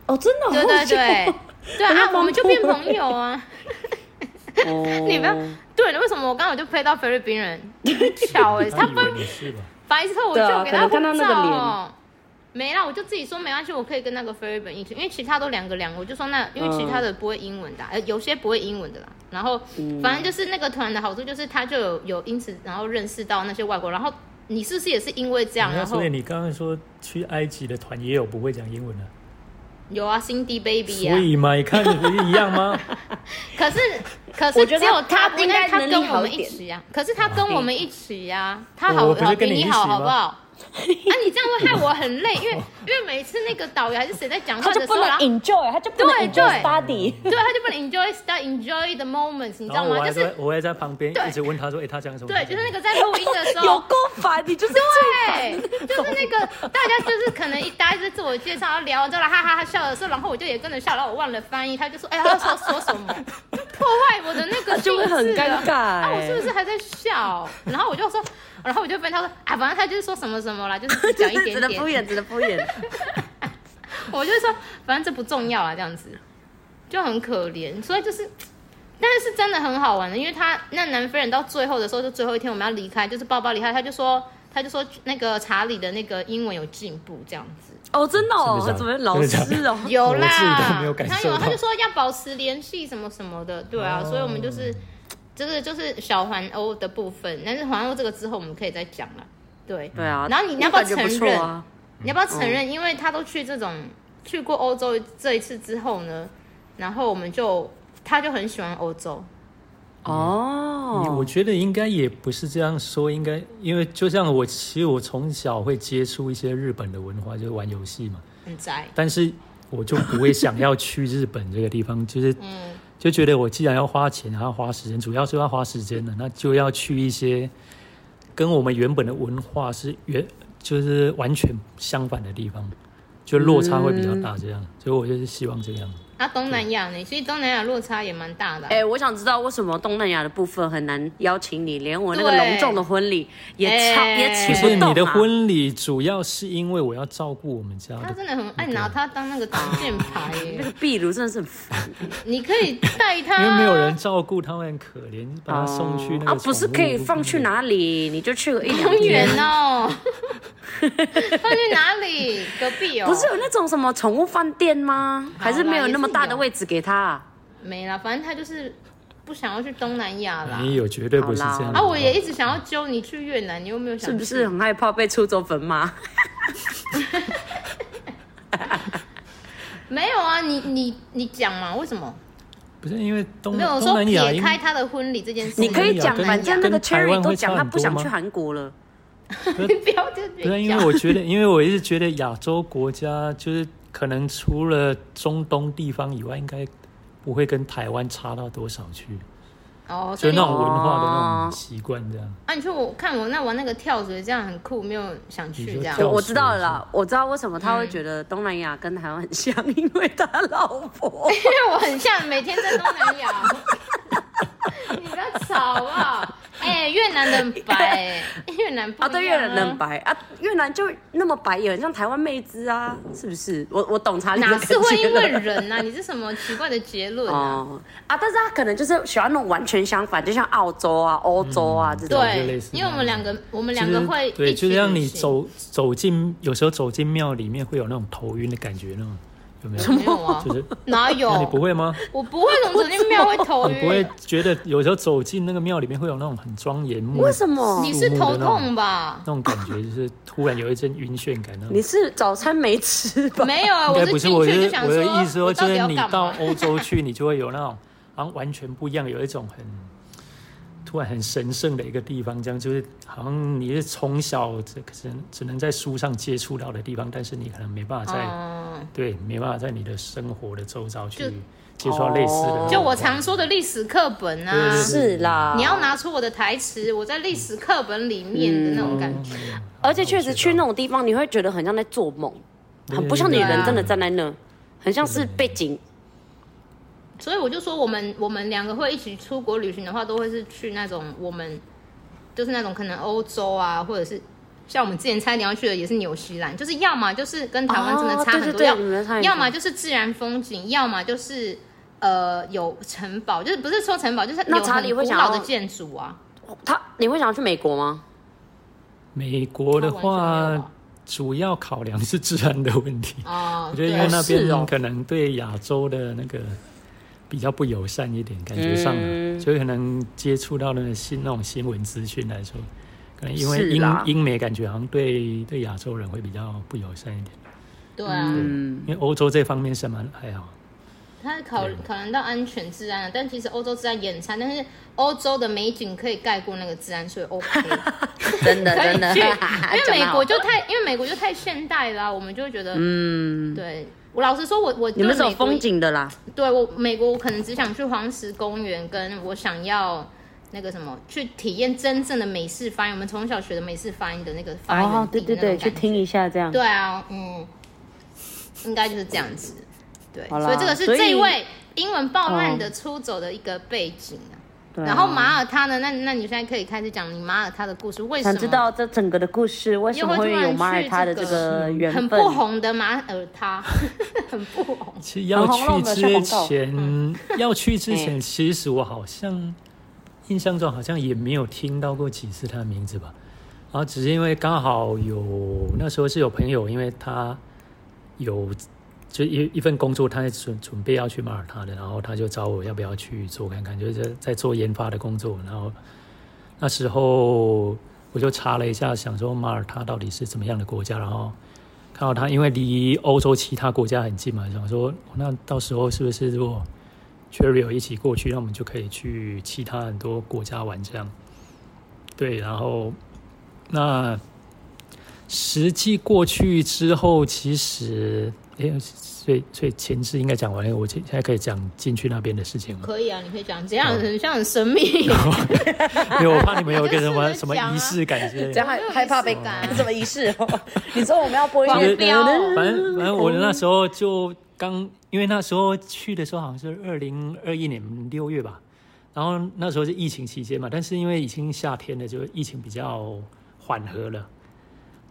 S1: 哦，真的、哦，
S2: 对对对对
S1: 好像
S2: 啊，
S1: 帮
S2: 我们就变
S1: 朋友
S2: 朋友啊。
S1: 哦，
S2: 你们对，为什么我刚好就配到菲律 宾人？很巧哎、
S3: 他
S2: 他
S3: 以
S2: 们
S3: 为你是吧？
S2: 白之后我
S1: 对啊
S2: 就给
S1: 可
S2: 他
S1: 能看
S2: 护
S1: 到那
S2: 照
S1: 个
S2: 哦。没啦，我就自己说没关系，我可以跟那个菲律宾一起，因为其他都两个两个，我就说那因为其他的不会
S1: 嗯
S2: 英文的啊、呃，有些不会英文的啦。然后反正就是那个团的好处就是他就有有因此然后认识到那些外国，然后你是不是也是因为这样，
S3: 那
S2: 然后
S3: 哎所以你刚刚说去埃及的团也有不会讲英文的，
S2: 有啊，Cindy Baby
S3: 所
S2: 啊，
S3: 以嘛，你看你不是一样吗？
S2: 可是可
S1: 我
S2: 是
S1: 觉得
S2: 只有
S1: 他
S2: 不
S1: 应该
S2: 但他
S1: 能力
S2: 跟我
S1: 好一
S2: 们一
S1: 点
S2: 起呀、啊，可是他跟我们一起呀、他
S3: 我
S2: 好
S3: 我不是
S2: 好
S3: 跟
S2: 比
S3: 你一
S2: 你
S3: 起
S2: 好好
S3: 吗
S2: 不好？啊，你这样会害我很累，因为因为每次那个导游还是谁在讲话
S1: 他
S2: 的
S1: 就
S2: 时
S1: 不
S2: 候，
S1: 能
S2: 然后
S1: enjoy，他就不能
S2: 对
S1: enjoy
S2: 对
S1: study。
S2: 对，他就不能 enjoy start enjoy the moments，你知
S3: 然
S2: 道
S3: 后我
S2: 吗？
S3: 还
S2: 就是
S3: 在，我还在旁边
S2: 对
S3: 一直问他说：“哎，他讲什么？”
S2: 对，就是那个在录音的时
S1: 有
S2: 候。
S1: 够烦，你就是最烦。
S2: 对，就是那个大家就是可能一大家一直自我介绍，然后聊到了哈哈哈笑的时候，然后我就也跟着笑，然后我忘了翻译，他就说哎呀，他说说什么，就破坏我的那个
S1: 就会很
S2: 兴致了
S1: 尴尬
S2: 啊，我
S1: 哎
S2: 是不是还在笑？然后我就说，然后我就跟他说啊，反正他就是说什么什么啦，就是只 讲一点点，
S1: 衍，值得敷衍。
S2: 我就说，反正这不重要啊，这样子就很可怜。所以就是，但是是真的很好玩的，因为他那南非人到最后的时候，就最后一天我们要离开，就是抱抱离开，他就说，他就说那个查理的那个英文有进步，这样子
S1: 哦，真的哦，
S3: 啊真的假的
S1: 怎么老师哦？
S2: 有啦，
S3: 我自己都没有感受
S2: 他有啊，
S3: 到
S2: 他就说要保持联系什么什么的，对啊，
S3: 哦
S2: 所以我们就是这个就是小环欧的部分，但是环欧这个之后我们可以再讲了，对，
S1: 对啊，
S2: 然后你你要不要
S1: 感觉
S2: 承
S1: 不错
S2: 认？
S3: 嗯
S1: 啊？
S2: 你要不要承认？因为他都去这种去过欧洲这一次之后呢，然后我们就他就很喜欢欧洲，
S3: 你我
S1: 哦，
S3: 觉得应该也不是这样说，应该因为就像我，其实我从小会接触一些日本的文化，就是玩游戏嘛，
S2: 很宅。
S3: 但是我就不会想要去日本这个地方，就是
S2: 嗯，
S3: 就觉得我既然要花钱，还要花时间，主要是要花时间的，那就要去一些跟我们原本的文化是原就是完全相反的地方，就落差会比较
S2: 嗯
S3: 大，这样，所以我就是希望这样。
S2: 那、啊东南亚呢？其实东南亚落差也蛮大的啊、
S1: 哎，我想知道为什么东南亚的部分很难邀请你，连我那个
S2: 对
S1: 隆重的婚礼也超
S2: 哎
S1: 也
S3: 可
S1: 请
S3: 是
S1: 不
S3: 你的
S1: 动啊。
S3: 婚礼主要是因为我要照顾我们家
S2: 他
S3: 的
S2: 真的很爱拿他当那个挡箭牌耶
S1: 那，个 壁炉真的是很烦，
S2: 你可以带他，
S3: 因为没有人照顾，他们很可怜，把他送去那个
S2: 哦
S1: 啊，不是
S3: 宠物
S1: 可以放去
S3: 屋
S1: 哪里？你就去个一两
S2: 公
S1: 天
S2: 园。哦， 放去哪里？隔壁哦，
S1: 不是有那种什么宠物饭店吗？还是没有那么大的位置给他啊？
S2: 没啦，反正他就是不想要去东南亚啦。
S3: 没有，绝对不是这样。哦
S2: 啊，我也一直想要揪你去越南，你又没有想
S1: 是不
S2: 去
S1: 是很害怕被出走粉骂？
S2: 没有啊，你你你讲嘛？为什么？
S3: 不是因为东
S2: 没有我
S3: 东
S2: 说
S3: 南亚
S2: 撇
S3: 因
S2: 开他的婚礼这件事，
S1: 你可以讲，
S3: 跟
S2: 啊
S1: 反正那个
S3: 跟台湾
S1: Cherry 都
S3: 会差
S1: 讲他
S3: 很
S1: 不想
S3: 多吗
S1: 去韩国了。
S2: 你不要就
S3: 不啊是因为我觉得，因为我一直觉得亚洲国家就是可能除了中东地方以外，应该不会跟台湾差到多少去，
S2: 哦，所
S3: 就
S2: 以
S3: 是那种文化的那
S1: 哦
S3: 种习惯这样。
S2: 啊，你说我看我那玩那个跳水，这样很酷，没有想去这样
S3: 你。说
S1: 我我知道了啦，我知道为什么他会
S2: 嗯
S1: 觉得东南亚跟台湾很像，因为他老 婆。
S2: 因为我很像每天在东南亚。 你不要吵好不好？哎、越南的很白、哎越南不一样
S1: 啊，对，越南人很。白啊，越南就那么白，也很像台湾妹子啊，是不是？我我懂查理的
S2: 哪
S1: 感觉
S2: 是
S1: 了。
S2: 会因为人呐、啊？你是什么奇怪的结论啊？
S1: 哦啊，但是他可能就是喜欢那种完全相反，就像澳洲啊、欧洲
S2: 嗯
S1: 啊这种。
S3: 就类
S2: 对
S3: 似，那样
S2: 因为我们两个，我们
S3: 就
S2: 两
S3: 是
S2: 个会一起
S3: 对，就是让你
S2: 旅行
S3: 走走进，有时候走进庙里面会有那种头晕的感觉，那种有没有？
S2: 没有啊，
S3: 就是
S2: 哪
S3: 那你不
S2: 有？
S3: 会吗？
S2: 我不会从走进庙会头
S3: 你不会
S2: 晕，
S3: 觉得有时候走进那个庙里面会有那种很庄严木
S1: 为什么？
S2: 你
S1: 你
S2: 是头痛吧
S3: 那？种感觉，就是突然有一阵晕眩感那种。
S1: 是早餐没吃吧？
S2: 没有 啊，
S3: 应该
S2: 我
S3: 不是，
S2: 进
S3: 我
S2: 去
S3: 是
S2: 就想
S3: 我
S2: 说，
S3: 的意思
S2: 我
S3: 说，
S2: 到底
S3: 就是
S2: 要
S3: 你
S2: 干
S3: 到
S2: 嘛？
S3: 欧洲去，你就会有那种 好像完全不一样，有一种很突然很神圣的一个地方，这样就是好像你是从小只可是只能在书上接触到的地方，但是你可能没办法在、
S2: 嗯，
S3: 对没办法在你的生活的周遭去
S2: 就哦
S3: 接触到类似的。
S2: 就我常说的历史课本啊，
S3: 对
S1: 是啦，
S2: 你要拿出我的台词，我在历史课本里面的那种感
S3: 嗯
S2: 觉。
S1: 而且确实去那种地方，你会觉得很像在做梦，很不像你
S3: 对
S1: 人
S2: 啊嗯
S1: 真的站在那，很像是背景。
S2: 所以我就说，我们我们两个会一起出国旅行的话，都会是去那种我们就是那种可能欧洲啊，或者是像我们之前差点要去的也是纽西兰，就是要么就是跟台湾真的差很
S1: 哦对对
S2: 多，
S1: 对
S2: 要
S1: 你们差很多
S2: 要么就是自然风景，要么就是呃有城堡，就是不是说城堡，就是
S1: 那
S2: 有
S1: 查理
S2: 很
S1: 会
S2: 古
S1: 想要
S2: 老的建筑啊。
S1: 他你会想要去美国吗？
S3: 美国的
S2: 完全没有
S3: 话
S2: 吧，
S3: 主要考量是治安的问题。
S2: 哦，
S3: 我觉
S2: 对
S3: 得因
S2: 啊
S3: 为那
S1: 是哦
S3: 边可能对亚洲的那个比较不友善一点，感觉上啊、
S1: 嗯
S3: 所以可能接触到的新那种新闻资讯来说，可能因为
S1: 是
S3: 英
S1: 啦
S3: 英美感觉好像对对亚洲人会比较不友善一点，
S2: 对啊，
S1: 嗯，
S3: 因为欧洲这方面是蛮哎还好，
S2: 它考考量到安全治安啊，但其实欧洲治安也很差，但是欧洲的美景可以盖过那个治安，所 以 OK。
S1: 真的
S2: 可以
S1: 真的，
S2: 去，因
S1: 讲
S2: 为
S1: 得
S2: 美
S1: 好
S2: 国就太，因为美国就太现代了啊、我们就会觉得，
S1: 嗯，
S2: 对我老实说，我我
S1: 你
S2: 对
S1: 们是有
S2: 美国
S1: 风，景的啦，
S2: 对我美国，我可能只想去黄石公园，跟我想要那个什么，去体验真正的美式发音，我们从小学的美式发音的那个发音
S1: 哦
S2: 的地、那种感觉
S1: 一下这样。
S2: 对啊，嗯，应该就是这样子，对，
S1: 好啦
S2: 所以这个是
S1: 所以哦
S2: 这一位英文爆烂的出走的一个背景啊。
S1: 对啊
S2: 然后马耳他呢？那那你现在可以开始讲你马耳他的故事，为什
S1: 想
S2: 么？
S1: 知道这整个的故事为什么会有马耳他的这个缘
S2: 很
S1: 分？
S2: 不红的马耳他， 很不红。
S3: 其实要
S1: 很红
S3: 去
S1: 了我们有
S3: 之
S1: 下广告
S3: 前，要去之前，其实我好像印象中好像也没有听到过几次他的名字吧。然后只是因为刚好有那时候是有朋友，因为他有就一一份工作，他在准准备要去马耳他的，然后他就找我要不要去做看看，就是在在做研发的工作。然后那时候我就查了一下，想说马耳他到底是怎么样的国家，然后看到它，因为离欧洲其他国家很近嘛，想说那到时候是不是如果 Cherio 一起过去，那我们就可以去其他很多国家玩这样。对，然后那实际过去之后，其实哎，所以所以前置应该讲完了，我现现在可以讲进去那边的事 情吗？
S2: 可以啊，你可以讲，这样很像很神秘，
S3: 因为我怕你们有一个什么
S2: 就是
S3: 什么
S2: 讲啊
S3: 仪式感之类的
S1: 这。样害害怕被
S2: 仪式 感
S1: 什么仪式哦？你说我们要播一
S2: 黄
S1: 些
S2: 标哦
S3: 反正反正我那时候就刚，因为那时候去的时候好像是二零二一年六月吧，然后那时候是疫情期间嘛，但是因为已经夏天了，就疫情比较缓和了。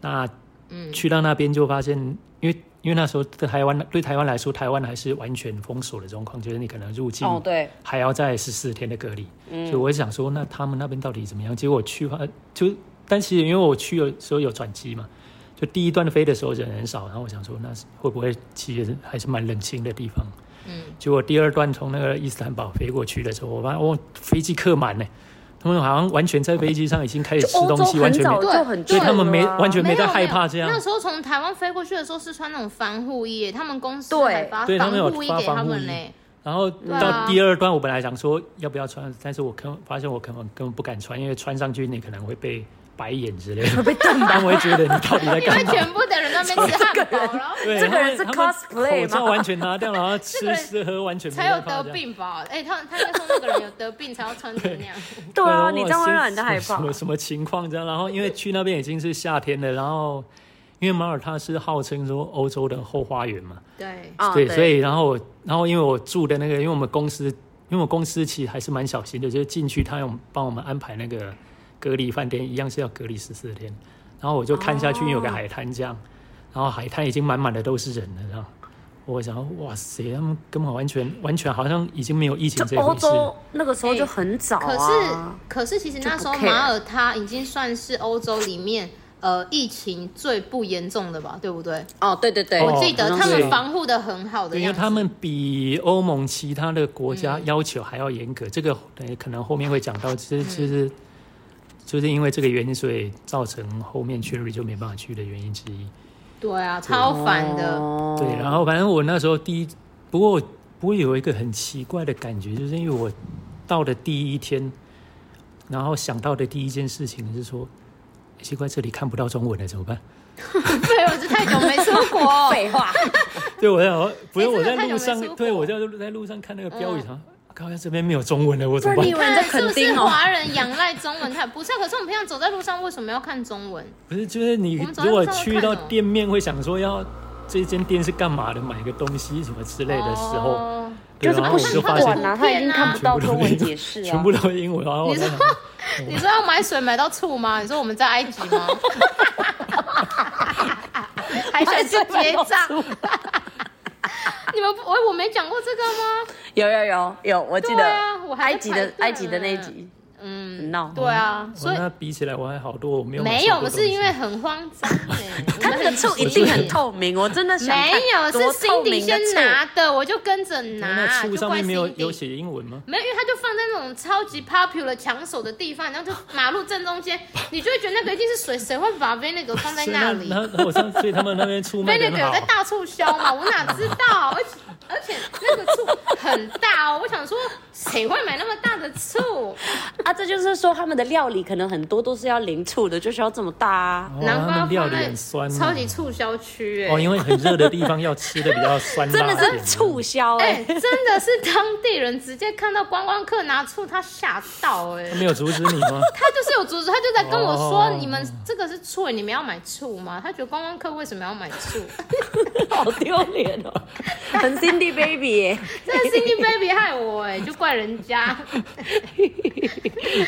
S3: 那
S2: 嗯
S3: 去到那边就发现，因为因为那时候对台湾对台湾来说，台湾还是完全封锁的状况，就是你可能入境
S1: 哦，对，
S3: 还要再十四天的隔离，
S1: 嗯
S3: 所以我想说，那他们那边到底怎么样？结果我去呃就，但其实因为我去的时候有转机嘛，就第一段飞的时候人很少，然后我想说，那是会不会其实还是蛮冷清的地方？
S2: 嗯，
S3: 结果第二段从那个伊斯坦堡飞过去的时候，我发现哦，飞机客满呢，他们好像完全在飞机上已经开始
S1: 就
S3: 吃
S1: 欧
S3: 东
S1: 洲
S3: 西，完
S1: 很
S3: 全没
S1: 早
S2: 对
S1: 就很
S2: 所以
S1: 重
S3: 他们没
S1: 了啊
S3: 完全
S2: 没
S3: 没
S2: 有
S3: 在害怕
S2: 没有
S3: 这样
S2: 那时候从台湾飞过去的时候是穿那种防护衣，他们公司
S1: 对
S2: 还发
S3: 对他们有
S2: 啊防护衣给
S3: 发
S2: 他
S3: 防护
S2: 们
S3: 衣
S2: 嘞。
S3: 然后
S2: 啊
S3: 到第二段，我本来想说要不要穿，但是我根发现我根本根本不敢穿，因为穿上去你可能会被白眼 之类的，被瞪到，会觉得你到底在
S2: 因为
S3: 干嘛？
S2: 全部的人都在那边吃汉堡，然后
S3: 对，
S1: 这个人是
S3: 他们
S1: cosplay 吗
S3: 口罩完全拿掉，然后吃吃喝完 全没
S2: 才有
S3: 在怕
S2: 得
S3: 这样。
S2: 病吧？哎、他他应该说那个人有得病才要穿成那样。
S1: 对啊，
S3: 哇
S1: 你这样会让人家害怕
S3: 什么什。么什么情况这样？然后因为去那边已经是夏天了，然后因为马耳他是号称说欧洲的后花园嘛，
S2: 对，
S1: 啊
S3: 对，所以然后我然后因为我住的那个，因为我们公司，因为我公司其实还是蛮小心的，就是进去他有帮我们安排那个隔离饭店，一样是要隔离十四天。然后我就看下去，因为有个海滩这样，然后海滩已经满满的都是人了，这样。我想说，哇塞，他们根本完全完全好像已经没有疫情这
S1: 就
S3: 一回
S1: 欧
S3: 事。
S1: 洲那个时候就很早
S2: 可
S1: 啊
S2: 是，可是其实那时候
S1: 就不 care
S2: 马耳他已经算是欧洲里面呃疫情最不严重的吧，对不对？
S1: 哦，对对对，
S3: 哦
S2: 记得
S1: 好
S2: 他
S1: 像是
S2: 们防护的很好的
S3: 对因为
S2: 样子，
S3: 他们比欧盟其他的国家要求还要严格，这个呃可能后面会讲到，其实其实就是因为这个原因，所以造成后面 Cherry 就没办法去的原因之一。
S2: 对啊，超烦 的，
S1: 哦
S3: 对，然后反正我那时候第一，不过不过有一个很奇怪的感觉，就是因为我到的第一天，然后想到的第一件事情是说，诶奇怪，这里看不到中文了，怎么办？
S2: 对，哎我是太久没出 国，
S1: 哦废话，
S3: 对，我在我不是
S2: 诶真的
S3: 我在
S2: 太久
S3: 路
S2: 没
S3: 上
S2: 出，国
S3: 对我在在路上看那个标语上，靠，这边没有中文了，我
S1: 不
S3: 怎么
S1: 然
S3: 办
S1: 你以？为你在
S2: 看是
S1: 垦
S2: 不
S1: 丁
S2: 是
S1: 哦？
S2: 华人仰赖中文太不是啊？可是我们平常走在路上，为什么要看中 文？
S3: 不是，就是你
S2: 我们早
S3: 如
S2: 上
S3: 果
S2: 照着
S3: 去
S2: 看
S3: 到
S2: 哦
S3: 店面，会想说要这间店是干嘛的，买个东西什么之类的时候，
S2: 哦
S3: 对
S1: 就是
S3: 然后
S1: 不
S3: 我就
S1: 习
S3: 发
S1: 惯
S3: 现
S1: 啊，他已经看不到
S3: 全部
S1: 中
S3: 都是
S1: 文
S3: 英
S1: 解
S3: 文
S1: 释啊，
S3: 全部都是英文，然后我
S2: 你
S3: 在
S2: 说
S3: 想
S2: 你说要买水买到醋吗？你说我们在埃及 吗？还想去结账？你们不哎我我没讲过这个吗？
S1: 有有有有，我记
S2: 对
S1: 得
S2: 啊我还在
S1: 埃及的
S2: 排队
S1: 埃及的那一集
S2: 嗯，
S1: 很闹，
S2: 对啊，
S3: 我
S2: 所以
S3: 那比起来我还好多，我没有买
S2: 没有，
S3: 错过
S2: 我
S3: 东
S2: 是
S3: 西
S2: 因为很慌张哎，
S1: 他那个醋一定很透
S2: 痛。
S1: 明，我真的想
S2: 没有，
S1: 看多
S2: 是
S1: 透
S2: Cindy
S1: 明的
S2: 先
S1: 醋。
S2: 拿的，我就跟着
S3: 那
S2: 拿，
S3: 醋
S2: 啊就
S3: 上
S2: 怪
S3: 面没有
S2: Cindy。
S3: 有写英文吗？
S2: 没有，因为它就放在那种超级 popular 抢手的地方，然后就马路正中 间，你就会觉得那个一定是水，谁会把 vinegar 放在
S3: 所以
S2: 那里？
S3: 那那我上，所以他们啊那边醋卖的很
S2: vinegar 有在
S3: 好。
S2: 大促销嘛？我哪知道？而且而且那个醋很大哦，我想说谁会买那么大的醋？
S1: 啊，这就是说他们的料理可能很多都是要零醋的，就需要这么大啊。
S3: 哦
S2: 南
S3: 他
S2: 瓜
S3: 们料
S2: 放
S3: 理
S2: 在
S3: 很酸、啊
S2: 超级促销区哎
S3: 哦，。因为很热的地方要吃的比较酸
S1: 真
S3: 辣
S1: 的
S3: 一 点，啊
S1: 是促销
S2: 哎、
S1: 哎、
S2: 真的是当地人直接看到观光客拿醋，他吓到哎、
S3: 他 没有阻止你吗？
S2: 他就是有阻止，他就在跟我说：“
S3: 哦
S2: 你们这个是醋，你们要买醋吗？”他觉得观光客为什么要买醋？
S1: 好丢脸 哦，很 Cindy Baby 哎、
S2: 这是 Cindy Baby 害我哎、就怪人 家。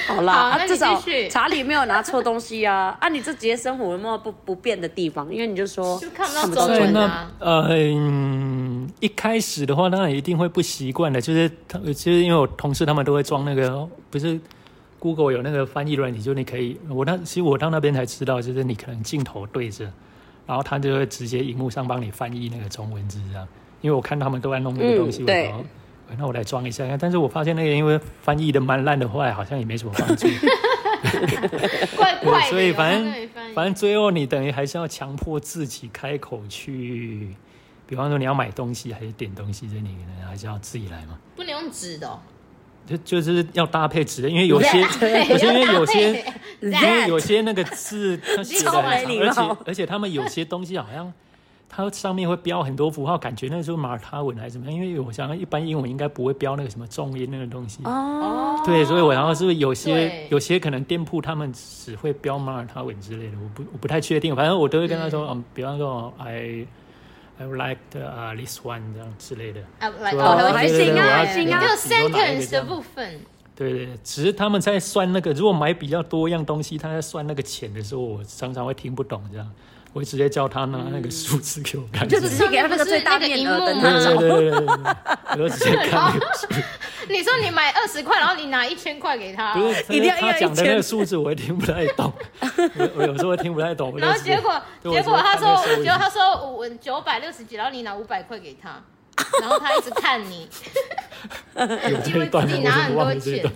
S1: 好啦，
S2: 好那
S1: 啊、
S2: 你
S1: 至少
S2: 继续
S1: 查理没有拿错东西啊。啊，你这节生活有没有不不变的地方？因为你就说
S2: 就看不到
S1: 中
S2: 中
S3: 对，
S1: 文，
S2: 文
S3: 那
S2: 啊
S3: 呃、嗯，一开始的话，当然一定会不习惯的，就是他，就是因为我同事他们都会装那个，不是 Google 有那个翻译软体，就你可以，我那其实我到那边才知道，就是你可能镜头对着，然后他就会直接荧幕上帮你翻译那个中文字这样。因为我看他们都在弄那个东西，
S1: 嗯
S3: 我
S1: 对
S3: 想要呃那我来装一下，但是我发现那个因为翻译的蛮烂的，后来好像也没什么帮助。
S2: 怪
S3: 对，
S2: 怪的。
S3: 所以反
S2: 有没有翻
S3: 正
S2: 译
S3: 反正最后你等于还是要强迫自己开口去，比方说你要买东西还是点东西，这你可能还是要自己来嘛。
S2: 不能用纸的、哦，
S3: 就就是要搭配纸的，因为有些有些因为有些因为有些那个字它写的
S1: 超没
S3: 很
S1: 礼
S3: 长，而
S1: 貌
S3: 且而且他们有些东西好像。它上面会标很多符号，感觉那时候马尔他文还是怎么样？因为我想一般英文应该不会标那个什么重音那个东西。
S2: 哦，
S3: 对，所以我然后是不是有些
S2: 对
S3: 有些可能店铺他们只会标马耳他文之类的，我不我不太确定，反正我都会跟他说，嗯，比方说哦 I I would like the, uh, this one 这样之类的，
S2: 啊，来，
S3: 对
S2: 哦，
S1: 哦
S2: 了
S1: 还
S2: 解
S1: 行啊还行啊
S2: 就
S3: 比如哪一个
S2: sentence
S3: 这
S2: 的
S3: 样
S2: 部分，
S3: 对对，对只是他们在算那个，如果买比较多样东西，他在算那个钱的时候，我常常会听不懂这样，我会直接叫他拿那个数字给我看，
S1: 就
S3: 这
S1: 只
S3: 样
S1: 是给他那个最大面额的那
S3: 对
S1: 种。
S3: 对对对对对，对我都直接看那个数字。
S2: 哦 你说你买二十块，然后你拿一千块给他
S3: 不
S2: 哦，
S3: 是，
S1: 一定要
S3: 他
S1: 要一
S3: 讲的那
S1: 千
S3: 个数字我也听不太懂，我我有时候会听不太懂。我 就
S2: 然后
S3: 直接
S2: 结果
S3: 对
S2: 结果他说，
S3: 我
S2: 结
S3: 就
S2: 果他说我我九百六十几，然后你拿五百块给他，然后他一直看你，
S3: 有
S2: 因
S3: 这一
S2: 为
S3: 段
S2: 自
S3: 我
S2: 己
S3: 怎
S2: 拿
S3: 么
S2: 很
S3: 忘
S2: 多
S3: 了这一
S2: 钱
S3: 段？，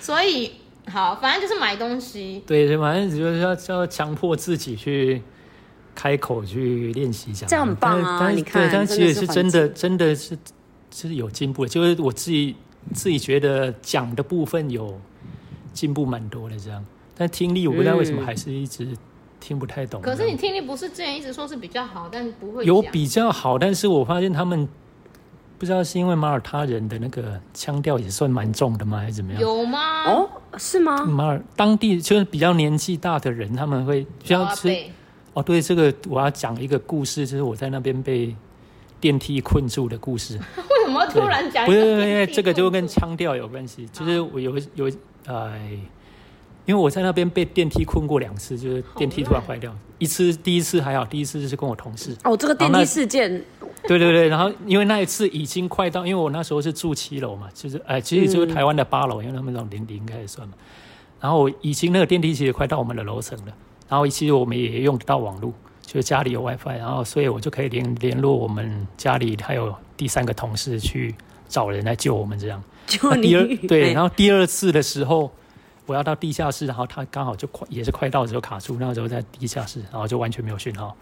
S2: 所以好，反正就是买东西。
S3: 对，所以反正就是要要强迫自己去开口去练习讲，
S1: 这样很棒啊
S3: 但是
S1: 你看
S3: 对，但
S1: 真的
S3: 其实
S1: 是
S3: 是
S1: 环
S3: 真的，真的是是有进步的，就是我自己自己觉得讲的部分有进步蛮多的这样，但听力我不知道为什么
S1: 嗯
S3: 还是一直听不太懂这
S2: 可
S3: 样。
S2: 是你听力不是之前一直说是比较好，但不会
S3: 嗯有
S2: 讲
S3: 比较好，但是我发现他们不知道是因为马耳他人的那个腔调也算蛮重的吗，还是怎么样？
S2: 有啊吗？
S1: 哦，是吗？
S3: 马耳当地就是比较年纪大的人，他们会比
S2: 老
S3: 较
S2: 阿
S3: 吃
S2: 伯
S3: 哦。对，这个我要讲一个故事，就是我在那边被电梯困住的故事。
S2: 为什么突然讲一
S3: 不
S2: 个
S3: 是，
S2: 地
S3: 因
S2: 方？
S3: 为这个就跟腔调有关系。就是
S2: 哦
S3: 我有有呃，因为我在那边被电梯困过两次，就是电梯突然坏掉。一次第一次还好，第一次就是跟我同事，
S1: 哦，这个电梯事 件，
S3: 对对对，然后因为那一次已经快到，因为我那时候是住七楼嘛，就是哎、其实就是台湾的八楼，因为他们那种零零应该也算嘛。然后我已经那个电梯其实快到我们的楼层了，然后其实我们也用得到网络，就是家里有 WiFi，然后所以我就可以联联络我们家里还有第三个同事去找人来救我们这样。
S1: 就
S3: 那
S1: 啊你 哎
S3: 第二对，然
S1: 后
S3: 后第二次的时候，我要到地下室，然后他刚好就快也是快到的时候卡住，那时候在地下室，然后就完全没有讯号。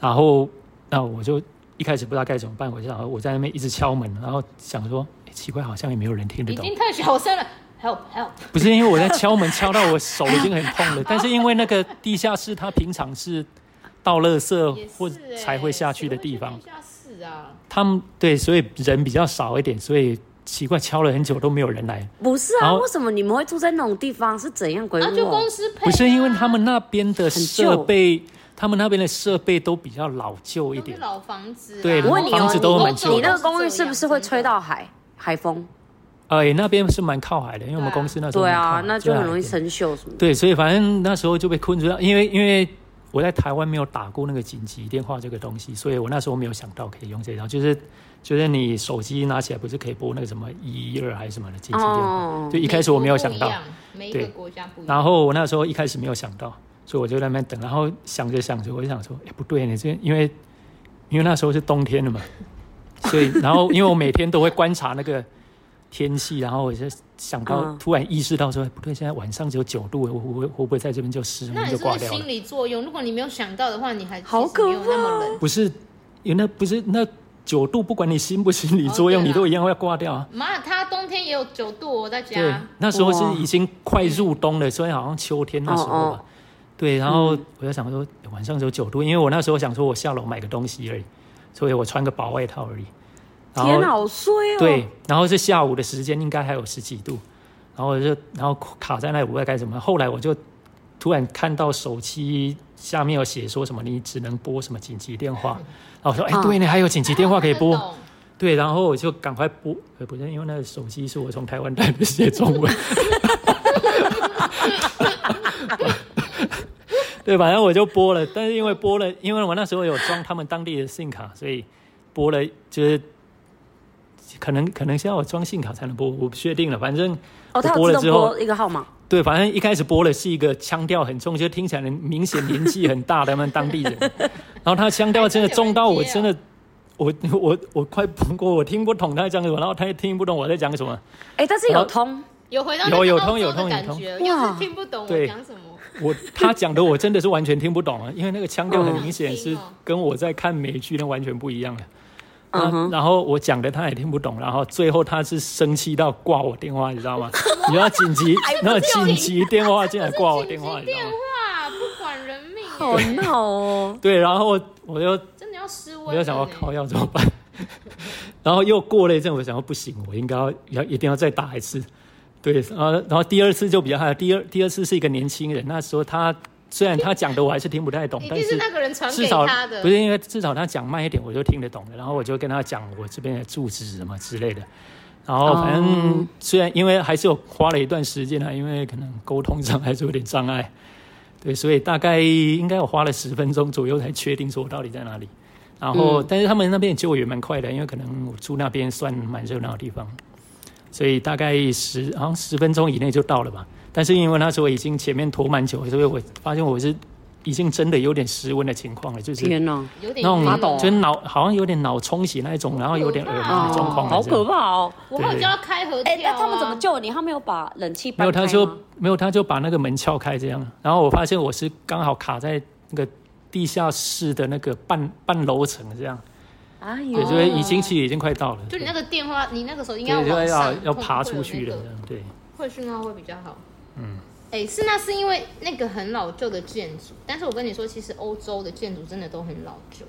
S3: 然后那我就一开始不知道该怎么办，我就想我在那边一直敲门，然后想说、诶奇怪，好像也没有人听得
S2: 已
S3: 懂
S2: 经。太小声了，help help，
S3: 不是因为我在敲门敲到我手已经很痛了，但是因为那个地下室它平常是倒垃 圾或才会下去的地方，
S2: 下室啊，
S3: 他们对，所以人比较少一点，所以奇怪敲了很久都没有人来。
S1: 不是啊，
S3: 然后
S1: 为什么你们会住在那种地方？是怎样鬼
S2: 那就
S1: 屋哦、
S2: 公司配啊。
S3: 不是因为他们那边的
S1: 很
S3: 设
S1: 旧
S3: 备，他们那边的设备都比较老旧一
S2: 都是
S3: 点。
S2: 老房子啊，
S3: 对
S1: 我问你
S3: 房
S1: 哦，
S3: 子都很
S1: 你
S3: 旧
S1: 你那个公寓是不是会吹到海海风？
S3: 哎、那边是蛮靠海的，因为我们
S2: 对啊
S3: 公司那时候
S1: 对
S3: 蛮靠
S1: 啊
S3: 海，
S1: 那就很容易。
S3: 最海
S1: 生锈什么的。
S3: 对，所以反正那时候就被困住了，因为因为我在台湾没有打过那个紧急电话这个东西，所以我那时候没有想到可以用这招，就是就是你手机拿起来不是可以拨那个什么一一二还是什么的紧急电话，
S1: 哦
S3: 就一开始我没有想到。，
S2: 每一个
S3: 对
S2: 国家不一样。
S3: 然后我那时候一开始没有想到，所以我就在那边等，然后想着想着，我就想说，哎，不对，你这因为因为那时候是冬天了嘛，所以然后因为我每天都会观察那个天气，然后我就想到、
S1: 嗯
S3: 突然意识到说，哎不对，现在晚上只有九度，我我我会不会在这边就失
S2: 那
S3: 温
S2: 你
S3: 就是
S2: 不
S3: 挂
S2: 是
S3: 掉了
S2: 心？理作用？如果你没有想到的话，你还
S1: 好
S2: 其实没有
S1: 可怕哦
S2: 那么冷。
S3: 不是，因为那不是那九度，不管你心不心理
S2: 哦
S3: 作用，
S2: 对啦
S3: 你都一样会挂掉啊。
S2: 妈，他冬天也有九度哦，我在
S3: 对
S2: 家。，
S3: 那时候
S1: 哇
S3: 是已经快入冬了，所以好像秋天那时候吧。啊
S1: 哦哦嗯
S3: 对，然后我就想说诶晚上只有九度，因为我那时候想说我下楼买个东西而已，所以我穿个薄外套而已。然
S1: 天哪，
S3: 后
S1: 好衰哦！
S3: 对，然后是下午的时间应该还有十几度，然后我就然后卡在那里，我不知道该怎么办。后来我就突然看到手机下面有写说什么你只能拨什么紧急 电话，然后我说哎、
S1: 嗯
S3: 对呢，还有紧急电话可以拨。
S2: 看得懂
S3: 对，然后我就赶快拨，呃，不是因为那个手机是我从台湾带的，写中文， 对，反正我就拨了，但是因为拨了，因为我那时候有装他们当地的信卡，所以拨了就是可能可能现在我装信卡才能拨，我不确定了，反正
S1: 哦，它
S3: 我
S1: 有自
S3: 拨了
S1: 动
S3: 之后
S1: 拨一个号码，
S3: 对，反正一开始播的是一个腔调很重，就听起来很明显年纪很大的他们当地人，然后他腔调真的重到我真的，
S1: 啊
S3: 我我我快崩过，我听不懂他在讲什么，然后他也听不懂我在讲什么，
S1: 哎，但是有
S3: 好
S1: 通，
S2: 有回到那
S3: 有
S2: 个
S3: 有
S2: 澳
S3: 通
S2: 洲
S3: 有
S2: 的
S3: 通有
S2: 感
S3: 通
S2: 觉，
S1: 哇
S2: 要是听不懂我
S3: 对
S2: 讲什么，
S3: 我他讲的我真的是完全听不懂啊，因为那个腔调很明显
S2: 嗯
S3: 是
S2: 好听哦
S3: 跟我在看美剧那完全不一样的。
S1: 嗯
S3: 那
S1: 哼，
S3: 然后我讲的他也听不懂，然后最后他是生气到挂我电话，你知道 吗？你要紧急，那紧急电话进来挂我电话，
S2: 紧
S3: 你
S2: 急
S3: 知道
S2: 电
S3: 吗？
S2: 话不管人命耶，
S1: 好闹哦。
S3: 对，然后我就
S2: 真的要失温。
S3: 我就想要靠，，要怎么办？ 然后又过了一阵，我想要不行，我应该要要一定要再打一次。对，然后然后第二次就比较害，第二第二次是一个年轻人，那时候他虽然他讲的我还是听不太懂
S2: 一，
S3: 但
S2: 定是那个人传
S3: 至
S2: 给
S3: 少
S2: 他的。
S3: 不是因为至少他讲慢一点，我就听得懂了。然后我就跟他讲我这边的住址什么之类的。然后反
S2: 哦
S3: 正虽然因为还是有花了一段时间啊，因为可能沟通上还是有点障碍，对，所以大概应该我花了十分钟左右才确定说我到底在哪里。然
S1: 嗯
S3: 后，但是他们那边救援蛮快的，因为可能我住那边算蛮热闹的地方，所以大概十好像十分钟以内就到了吧。但是因为那时候已经前面拖蛮久，所以我发现我是已经真的有点失温的情况了，就 是
S1: 天哪，
S2: 有
S3: 那
S2: 点
S3: 种
S2: 晕
S1: 懂
S2: 哦
S3: 就是脑好像有点脑充血那一种，然后有点耳鸣的哦状况，
S1: 哦好可。怕哦！
S2: 我后来就要开合跳
S1: 哎
S2: 啊。，
S1: 那他们怎么救你？他没有把冷气
S3: 没
S1: 搬
S3: 有，
S1: 开
S3: 他就
S1: 吗
S3: 没有，他就把那个门撬开这样。然后我发现我是刚好卡在那个地下室的那个半半楼层这样，
S1: 哎
S3: 对，
S1: 呦，
S3: 所以已经其实已经快到了。
S2: 就你那个电话，你那个时候应该
S3: 对，就
S2: 往
S3: 要
S2: 上
S3: 要
S2: 碰
S3: 爬
S2: 会有
S3: 出去
S2: 那
S3: 的
S2: 个
S3: 这样，对。
S2: 会讯号会比较好。嗯，哎，是那是因为那个很老旧的建筑，但是我跟你说，其实欧洲的建筑真的都很老旧。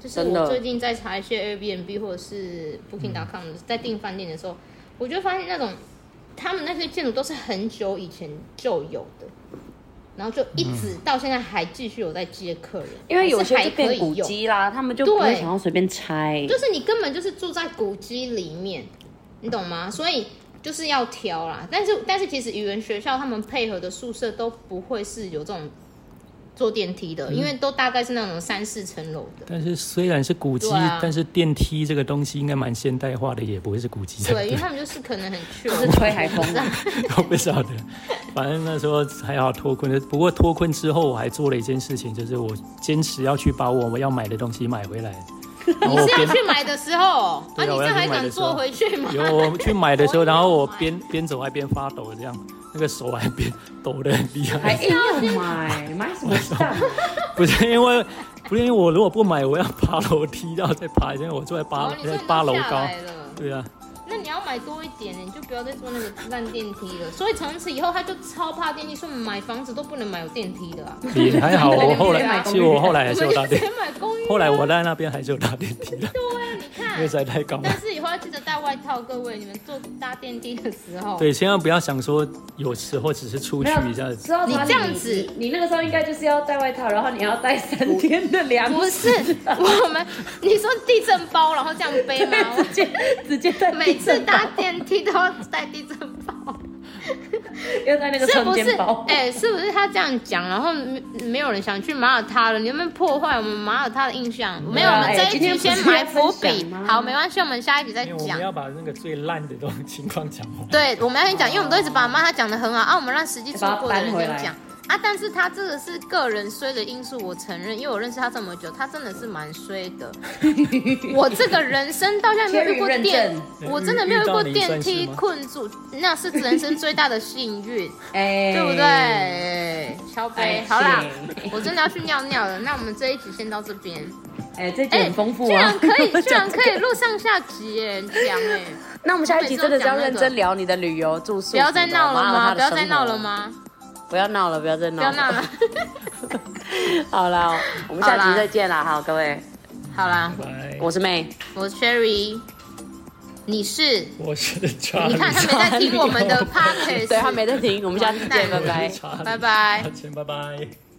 S2: 就是
S1: 真的嗯
S2: 我最近在查一些 Airbnb 或者是 Booking.com，、在订饭店的时候，我就发现那种他们那些建筑都是很久以前就有的，然后就一直到现在还继续有在接客人，
S1: 嗯因为有
S2: 还是
S1: 些
S2: 还
S1: 就
S2: 可
S1: 变
S2: 以
S1: 古
S2: 用。
S1: 迹啦，他们就不会
S2: 对
S1: 想要随便拆。
S2: 就是你根本就是住在古迹里面，你懂吗？所以就是要挑啦。但是但是其实语言学校他们配合的宿舍都不会是有这种坐电梯
S3: 嗯
S2: 的，因为都大概是那种三四层楼 的。
S3: 但是虽然是古迹，
S2: 对啊
S3: 但是电梯这个东西应该蛮现代化的，也不会是古迹才
S2: 对，因为他们就是可能很
S1: 是
S2: chill，
S1: 吹海 风的。
S3: 我不晓得，反正那时候还好脱困。不过脱困之后，我还做了一件事情，就是我坚持要去把我要买的东西买 回来。然后我
S2: 你是
S3: 边
S2: 要去买的时候，啊，
S3: 对
S2: 你
S3: 啊
S2: 这
S3: 我要去
S2: 还
S3: 买的
S2: 敢
S3: 时候
S2: 坐回去吗？
S3: 有啊我去买的时候，
S2: 我也要
S3: 然后我
S2: 买
S3: 边边走还边发抖，这样那个手还边抖得很厉
S1: 还
S3: 害。
S1: 硬
S2: 啊
S1: 要买，买什么蛋？
S3: 不是因为，不是因为我如果不买，我要爬楼梯，然后再爬，因为我住在八
S2: 哦，你
S3: 在
S2: 这
S3: 八楼
S2: 下
S3: 高。
S2: 来了，
S3: 对啊，
S2: 那你要买多一点，你就不要再坐那个烂电梯了。所以从此以后，他就超怕电梯，说买房子都不能买有电梯的啊。
S3: 也还 好。我后
S1: 你们买
S3: 来，
S1: 公
S3: 其
S1: 寓
S3: 实哎我后来还是有
S2: 我
S3: 搭
S2: 们就直，
S3: 电
S2: 接买公寓啊。
S3: 后来我在那边还是有搭电梯的，
S2: 对啊，你
S3: 因为实
S2: 看。
S3: 在太高了
S2: 但。是以后要记得带外套，各位，你们坐搭电梯的时候。
S3: 对，千万不要想说有时候只是出去一下，
S1: 知道
S2: 你这样子
S1: 你，你那个时候应该就是要带外套，然后你要带三天的粮
S2: 不是我们，你说地震包，然后这样背吗？我
S1: 直接直接带
S2: 每次
S1: 地震包
S2: 搭电梯都要带地震包，
S1: 要 带那个
S2: 是
S1: 双
S2: 不是
S1: 肩 包？，
S2: 哎、是不是他这样讲，然后没没有人想去马耳他了？你有没有破坏我们马耳他的印象？没有，我们
S1: 哎
S2: 这一
S1: 今天
S2: 集先
S1: 不是
S2: 埋
S1: 要
S2: 伏
S1: 分
S2: 笔
S1: 享吗。
S2: 好，没关系，我们下一集再
S3: 因为我们
S2: 讲。
S3: 要把那个最烂的东 情况讲完。
S2: 对，我们要先讲，因为我们都一直把马耳他讲的很好啊，我们让实际出
S1: 把它
S2: 过的人
S1: 搬回来
S2: 先讲。啊，但是他这个是个人衰的因素，我承认，因为我认识他这么久，他真的是蛮衰 的。我这个人生到现在没有遇过
S1: Cherry 认
S2: 电
S3: 证，
S2: 我真的没有遇过
S3: 遇到你
S2: 电
S3: 算是
S2: 梯
S3: 吗
S2: 困住，那是人生最大的 幸运。
S1: 哎
S2: 对不？对？小
S1: 哎
S2: 北，好啦
S1: 是，
S2: 我真的要去尿尿了。那我们这一集先到这 边。
S1: 哎，这集很丰富
S2: 居
S1: 啊
S2: 然！可以，
S1: 我
S2: 居然
S1: 讲这
S2: 可以
S1: 个。
S2: 录上下集耶，很强 哎！
S1: 那我们下一集真的是要认真聊你的旅游住宿什
S2: 不
S1: 么
S2: 要
S1: 的，
S2: 再闹了吗？
S1: 马耳
S2: 不要
S1: 他的生活
S2: 再闹了？吗？
S1: 不要闹了，不要再
S2: 不
S1: 闹
S2: 要
S1: 了，
S2: 闹了。
S1: 好了，我们下
S2: 好啦
S1: 集再见啦，好，各位，
S2: 好啦，
S3: 拜，
S1: 我是妹，
S2: 我是 Cherry，你是？
S3: 我是查理，
S2: 你看他没在听我们的 p o d c a s t
S1: 对他没在听，我们下次见，拜
S3: 我
S1: 拜
S3: 是。查理
S2: 拜拜
S3: 抱歉拜拜。